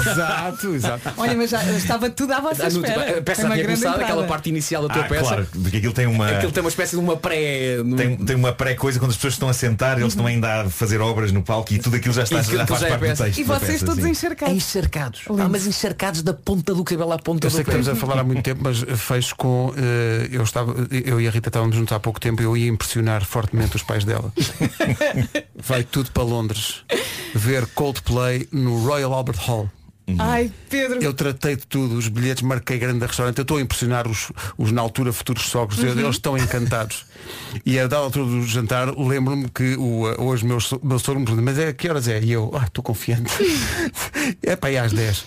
[SPEAKER 1] Exato, exato.
[SPEAKER 3] Olha, mas já estava tudo à vossa
[SPEAKER 9] Ah, no-
[SPEAKER 3] espera.
[SPEAKER 9] a peça
[SPEAKER 3] Foi uma
[SPEAKER 9] tinha
[SPEAKER 3] grande
[SPEAKER 9] começado,
[SPEAKER 3] entrada.
[SPEAKER 9] aquela parte inicial da tua
[SPEAKER 10] Ah,
[SPEAKER 9] peça.
[SPEAKER 10] claro, Ah. porque aquilo tem uma.
[SPEAKER 9] Aquilo tem uma espécie de uma pré.
[SPEAKER 10] Tem, tem uma pré-coisa quando as pessoas estão a sentar, eles estão ainda a fazer obras no palco e tudo aquilo já está
[SPEAKER 9] E aquilo
[SPEAKER 10] já faz
[SPEAKER 9] já é
[SPEAKER 10] parte do
[SPEAKER 9] peça.
[SPEAKER 10] texto.
[SPEAKER 9] E
[SPEAKER 10] da
[SPEAKER 9] vocês
[SPEAKER 10] peça,
[SPEAKER 9] todos
[SPEAKER 10] sim.
[SPEAKER 9] Encharcados. Encharcados. Ah, mas encharcados da ponta do cabelo à ponta
[SPEAKER 1] Eu
[SPEAKER 9] do
[SPEAKER 1] sei que
[SPEAKER 9] pé.
[SPEAKER 1] estamos a falar há muito tempo, mas fecho com. eh, eu, estava, eu e a Rita estávamos juntos há pouco tempo e eu ia impressionar fortemente os pais dela. Vai tudo para Londres ver Coldplay no Royal Albert Hall.
[SPEAKER 3] Ai, Pedro.
[SPEAKER 1] Eu tratei de tudo, os bilhetes marquei grande da restaurante. Eu estou a impressionar os, os na altura futuros sogros, Eu-
[SPEAKER 3] Uhum.
[SPEAKER 1] eles estão encantados. E a dada altura do jantar, lembro-me que o, eh, hoje meu, so- meu sogro me pergunta, mas é que horas é? E eu, ah, estou confiante. é para aí às 10.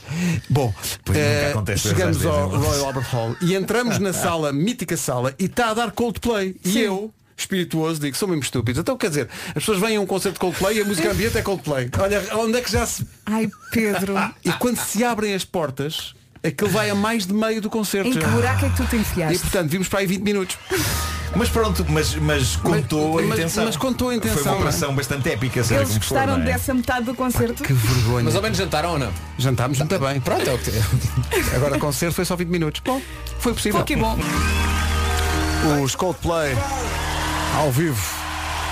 [SPEAKER 1] Bom,
[SPEAKER 10] Pois nunca
[SPEAKER 1] eh,
[SPEAKER 10] acontece às
[SPEAKER 1] chegamos
[SPEAKER 10] 10,
[SPEAKER 1] ao
[SPEAKER 10] é verdade.
[SPEAKER 1] Royal Albert Hall e entramos na sala, mítica sala, e está a dar Coldplay. E eu. Espirituoso, digo, sou mesmo estúpido. Então quer dizer, as pessoas vêm a um concerto de Coldplay e a música ambiente é Coldplay. Olha, onde é que já se
[SPEAKER 3] Ai, Pedro.
[SPEAKER 1] e quando se abrem as portas, aquilo vai a mais de meio do concerto.
[SPEAKER 3] Em que buraco é que tu te
[SPEAKER 1] E
[SPEAKER 3] enfiaste?
[SPEAKER 1] portanto, vimos para aí 20 minutos.
[SPEAKER 10] Mas pronto, mas, mas contou a
[SPEAKER 1] mas-
[SPEAKER 10] intenção.
[SPEAKER 1] mas contou a intenção,
[SPEAKER 10] Foi uma
[SPEAKER 1] não é?
[SPEAKER 10] operação bastante épica, seja
[SPEAKER 3] Eles
[SPEAKER 10] como for,
[SPEAKER 3] gostaram
[SPEAKER 10] não é?
[SPEAKER 3] dessa metade do concerto?
[SPEAKER 1] Que vergonha.
[SPEAKER 9] Mas ao menos jantaram ou não?
[SPEAKER 1] Jantámos muito bem.
[SPEAKER 9] Pronto, é o que
[SPEAKER 1] Agora o concerto foi só 20 minutos. Bom, foi possível.
[SPEAKER 3] Pô, que bom.
[SPEAKER 1] Os Coldplay ao vivo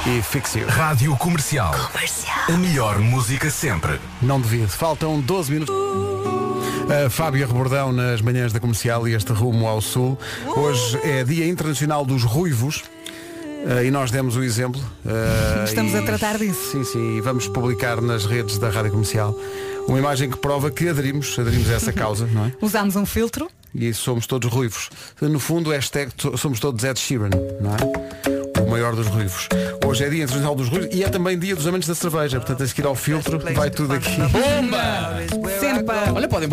[SPEAKER 1] e fixio. Rádio Comercial.
[SPEAKER 17] Comercial.
[SPEAKER 1] A melhor música sempre. Não devido. Faltam 12 minutos. A Fábio Rebordão nas manhãs da comercial e este rumo ao sul. Hoje é Dia Internacional dos Ruivos. eh, e nós demos o exemplo. eh,
[SPEAKER 3] Estamos
[SPEAKER 1] e-
[SPEAKER 3] a tratar disso.
[SPEAKER 1] Sim, sim, e vamos publicar nas redes da Rádio Comercial uma imagem que prova que aderimos, aderimos a essa causa, não é?
[SPEAKER 3] Usámos um filtro.
[SPEAKER 1] E somos todos ruivos. No fundo, hashtag to- somos todos Ed Sheeran, não é? o maior dos ruivos. Hoje é Dia Internacional dos Ruivos e é também Dia dos Amantes da Cerveja. Portanto, a seguir ao filtro, vai tudo aqui.
[SPEAKER 12] Bomba!
[SPEAKER 3] Sempre.
[SPEAKER 12] Olha, podem.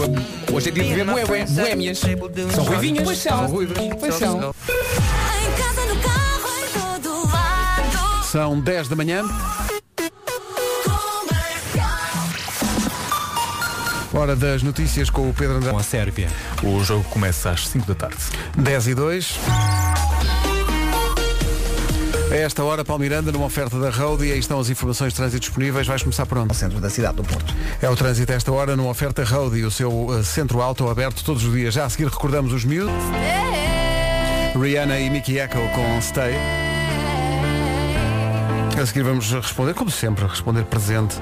[SPEAKER 12] Hoje é dia de ver bué- bué- boémias. São ruivinhas.
[SPEAKER 3] Pois são. Pois são.
[SPEAKER 16] Em casa, no carro, em todo lado.
[SPEAKER 1] São 10 da manhã. Hora das notícias com o Pedro Andrade. Com a Sérvia.
[SPEAKER 2] O jogo começa às 5 da tarde.
[SPEAKER 1] 10 e 2. A esta hora, Palmiranda, numa oferta da Road, e aí estão as informações de trânsito disponíveis. Vais começar por onde? Ao
[SPEAKER 4] centro da cidade do Porto.
[SPEAKER 1] É o trânsito a esta hora, numa oferta Road, e o seu eh, centro alto aberto todos os dias. Já a seguir recordamos os miúdos. Rihanna e Mickey Echo com Stay. A seguir vamos responder, como sempre, responder presente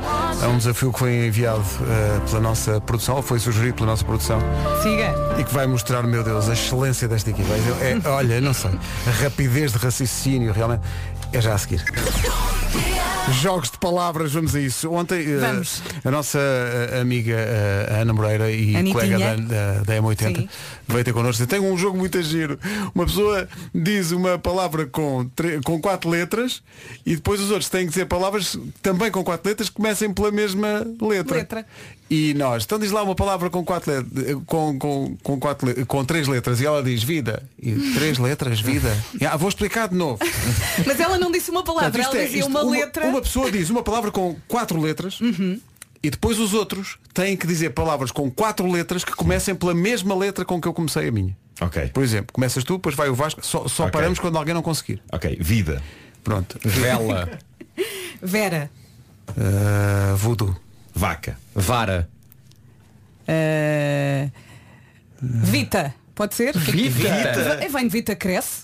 [SPEAKER 1] a um desafio que foi enviado eh, pela nossa produção, ou foi sugerido pela nossa produção.
[SPEAKER 3] Siga.
[SPEAKER 1] E que vai mostrar, meu Deus, a excelência desta equipa. É, é- olha, não sei. A rapidez de raciocínio, realmente, é já a seguir. Jogos de palavras, vamos a isso. Ontem eh,
[SPEAKER 3] Vamos.
[SPEAKER 1] a nossa eh, amiga eh, Ana Moreira e
[SPEAKER 3] Anitinha.
[SPEAKER 1] colega da, da, da M80
[SPEAKER 3] Sim.
[SPEAKER 1] veio ter connosco. e disse, Tem um jogo muito giro. Uma pessoa diz uma palavra com, tre- com quatro letras e depois os outros têm que dizer palavras também com quatro letras que comecem pela mesma letra.
[SPEAKER 3] Letra.
[SPEAKER 1] E nós, então diz lá uma palavra com quatro letras, com, com, com, quatro le- com três letras e ela diz vida. E três letras, vida. E, ah, vou explicar de novo.
[SPEAKER 3] Mas ela não disse uma palavra,
[SPEAKER 1] Portanto, isto
[SPEAKER 3] ela
[SPEAKER 1] é-
[SPEAKER 3] dizia
[SPEAKER 1] isto-
[SPEAKER 3] uma, letra. Uhum.
[SPEAKER 1] Uma pessoa diz uma palavra com quatro letras e depois os outros têm que dizer palavras com quatro letras que comecem pela mesma letra com que eu comecei a minha.
[SPEAKER 10] Ok.
[SPEAKER 1] Por exemplo, começas tu, depois vai o Vasco, só, só
[SPEAKER 10] Ok.
[SPEAKER 1] paramos quando alguém não conseguir.
[SPEAKER 10] Ok, vida.
[SPEAKER 1] Pronto.
[SPEAKER 10] Vela.
[SPEAKER 3] Vera.
[SPEAKER 1] Uh, voodoo.
[SPEAKER 10] Vaca.
[SPEAKER 12] Vara.
[SPEAKER 3] eh, Vita. Pode ser?
[SPEAKER 12] Vita? Vita?
[SPEAKER 3] Vem Vita cresce.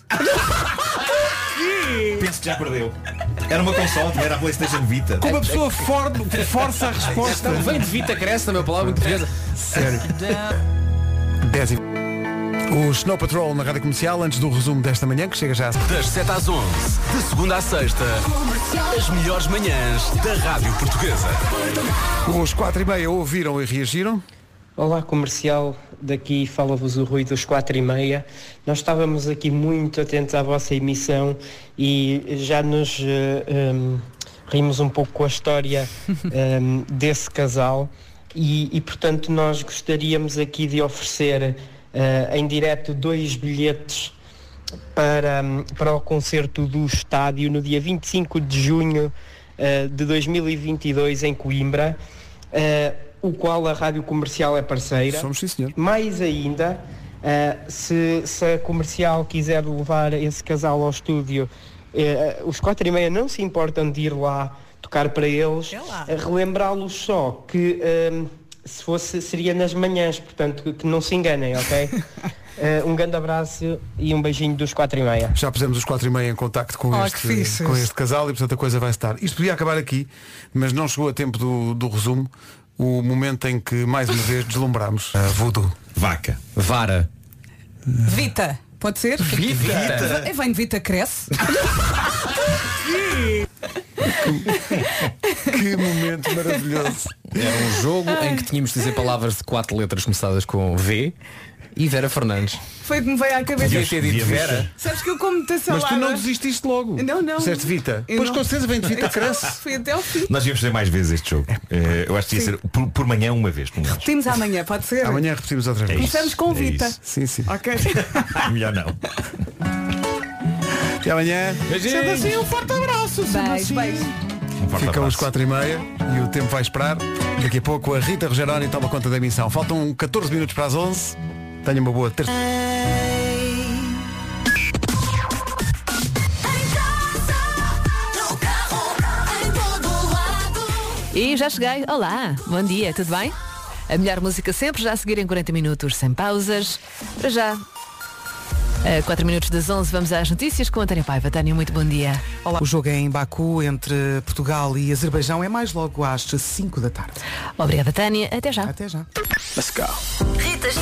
[SPEAKER 10] Penso que já perdeu. Era uma console, não era a PlayStation Vita.
[SPEAKER 1] Como a pessoa for- força a resposta.
[SPEAKER 12] Então, Vem de Vita Cresce, também a palavra muito portuguesa.
[SPEAKER 1] Sério. 10 e... O Snow Patrol na rádio comercial, antes do resumo desta manhã, que chega já a
[SPEAKER 18] Das 7 às 11, de segunda à sexta, as melhores manhãs da Rádio Portuguesa.
[SPEAKER 1] Os 4 e meia ouviram e reagiram?
[SPEAKER 19] Olá comercial, daqui fala-vos o Rui dos 4 e meia. Nós estávamos aqui muito atentos à vossa emissão Então, e já nos eh, em, rimos um pouco com a história em, desse casal e, e, portanto nós gostaríamos aqui de oferecer eh, em direto dois bilhetes para, hum, para o concerto do estádio no dia 25 de junho eh, de 2022 em Coimbra, eh, o qual a Rádio Comercial é parceira.
[SPEAKER 1] Somos, sim, senhor.
[SPEAKER 19] Mais ainda, eh, se, se a comercial quiser levar esse casal ao estúdio, eh, os quatro e meia não se importam de ir lá tocar para eles, Eh, relembrá-los só que hum, se fosse seria nas manhãs, portanto que, que não se enganem, ok? Eh, um grande abraço e um beijinho dos quatro e meia.
[SPEAKER 1] Já pusemos os 4 e meia em contacto com,
[SPEAKER 19] Oh, que
[SPEAKER 1] este,
[SPEAKER 19] fixe.
[SPEAKER 1] com este casal e portanto a coisa vai estar. Isto podia acabar aqui, mas não chegou a tempo do, do resumo. O momento em que mais uma vez deslumbramos. Uh, voodoo.
[SPEAKER 10] Vaca.
[SPEAKER 12] Vara.
[SPEAKER 3] Vita. Pode ser?
[SPEAKER 12] Vita.
[SPEAKER 3] Vem Vem Vita cresce.
[SPEAKER 1] Que momento maravilhoso.
[SPEAKER 12] Era um jogo
[SPEAKER 3] Ah,
[SPEAKER 12] em que tínhamos de dizer palavras de quatro letras começadas com V e Vera Fernandes.
[SPEAKER 3] Foi que me veio à cabeça.
[SPEAKER 12] Devia ter dito
[SPEAKER 1] Devia-
[SPEAKER 12] Vera.
[SPEAKER 3] Sabes que eu como muita salada.
[SPEAKER 1] não desististe logo.
[SPEAKER 3] Não, não.
[SPEAKER 1] Disseste Vita.
[SPEAKER 3] Eu
[SPEAKER 1] Pois
[SPEAKER 3] não-
[SPEAKER 1] com certeza vem de Vita
[SPEAKER 3] Eu-
[SPEAKER 1] cresce.
[SPEAKER 3] Fui até ao fim.
[SPEAKER 10] Nós íamos fazer mais vezes este jogo. Eh, eu acho que ia
[SPEAKER 3] É, Sim.
[SPEAKER 10] ser por, por manhã uma vez, pelo menos. É
[SPEAKER 3] Temos amanhã, pode ser?
[SPEAKER 1] Amanhã repetimos outra vez.
[SPEAKER 3] Começamos com Vita.
[SPEAKER 1] É Sim, sim.
[SPEAKER 3] Ok.
[SPEAKER 10] Melhor não.
[SPEAKER 1] Até amanhã.
[SPEAKER 10] Sendo assim,
[SPEAKER 3] um forte abraço. Beijo, beijo.
[SPEAKER 1] Ficam os 4 e meia e o tempo vai esperar. Daqui a pouco a Rita Rogeroni toma conta da emissão. Faltam 14 minutos para as 11. Tenha uma boa terça.
[SPEAKER 8] E já cheguei. Olá, bom dia, tudo bem? A melhor música sempre, já a seguir em 40 minutos, sem pausas. Para já. A 4 minutos das 11, vamos às notícias com a Tânia Paiva. Tânia, muito bom dia.
[SPEAKER 20] Olá. O jogo é em Baku entre Portugal e Azerbaijão é mais logo às 5 da tarde.
[SPEAKER 8] Obrigada, Tânia. Até já. Até
[SPEAKER 20] já.
[SPEAKER 8] Ritas.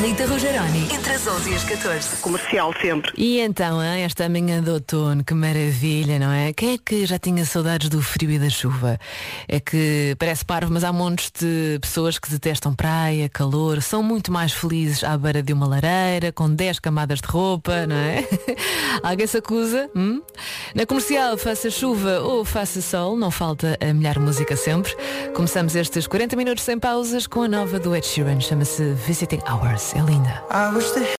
[SPEAKER 8] Rita Rogeroni, entre as 11 e as 14.
[SPEAKER 21] Comercial sempre.
[SPEAKER 8] E então, hein, esta manhã de outono, que maravilha, não é? Quem é que já tinha saudades do frio e da chuva? É que parece parvo, mas há montes de pessoas que detestam praia, calor, são muito mais felizes à beira de uma lareira, com 10 camadas de roupa, não é? Alguém se acusa? hum? Na comercial, faça chuva ou faça sol, não falta a melhor música sempre. Começamos estes 40 minutos sem pausas com a nova do Ed Sheeran, chama-se Visiting Hours. É linda.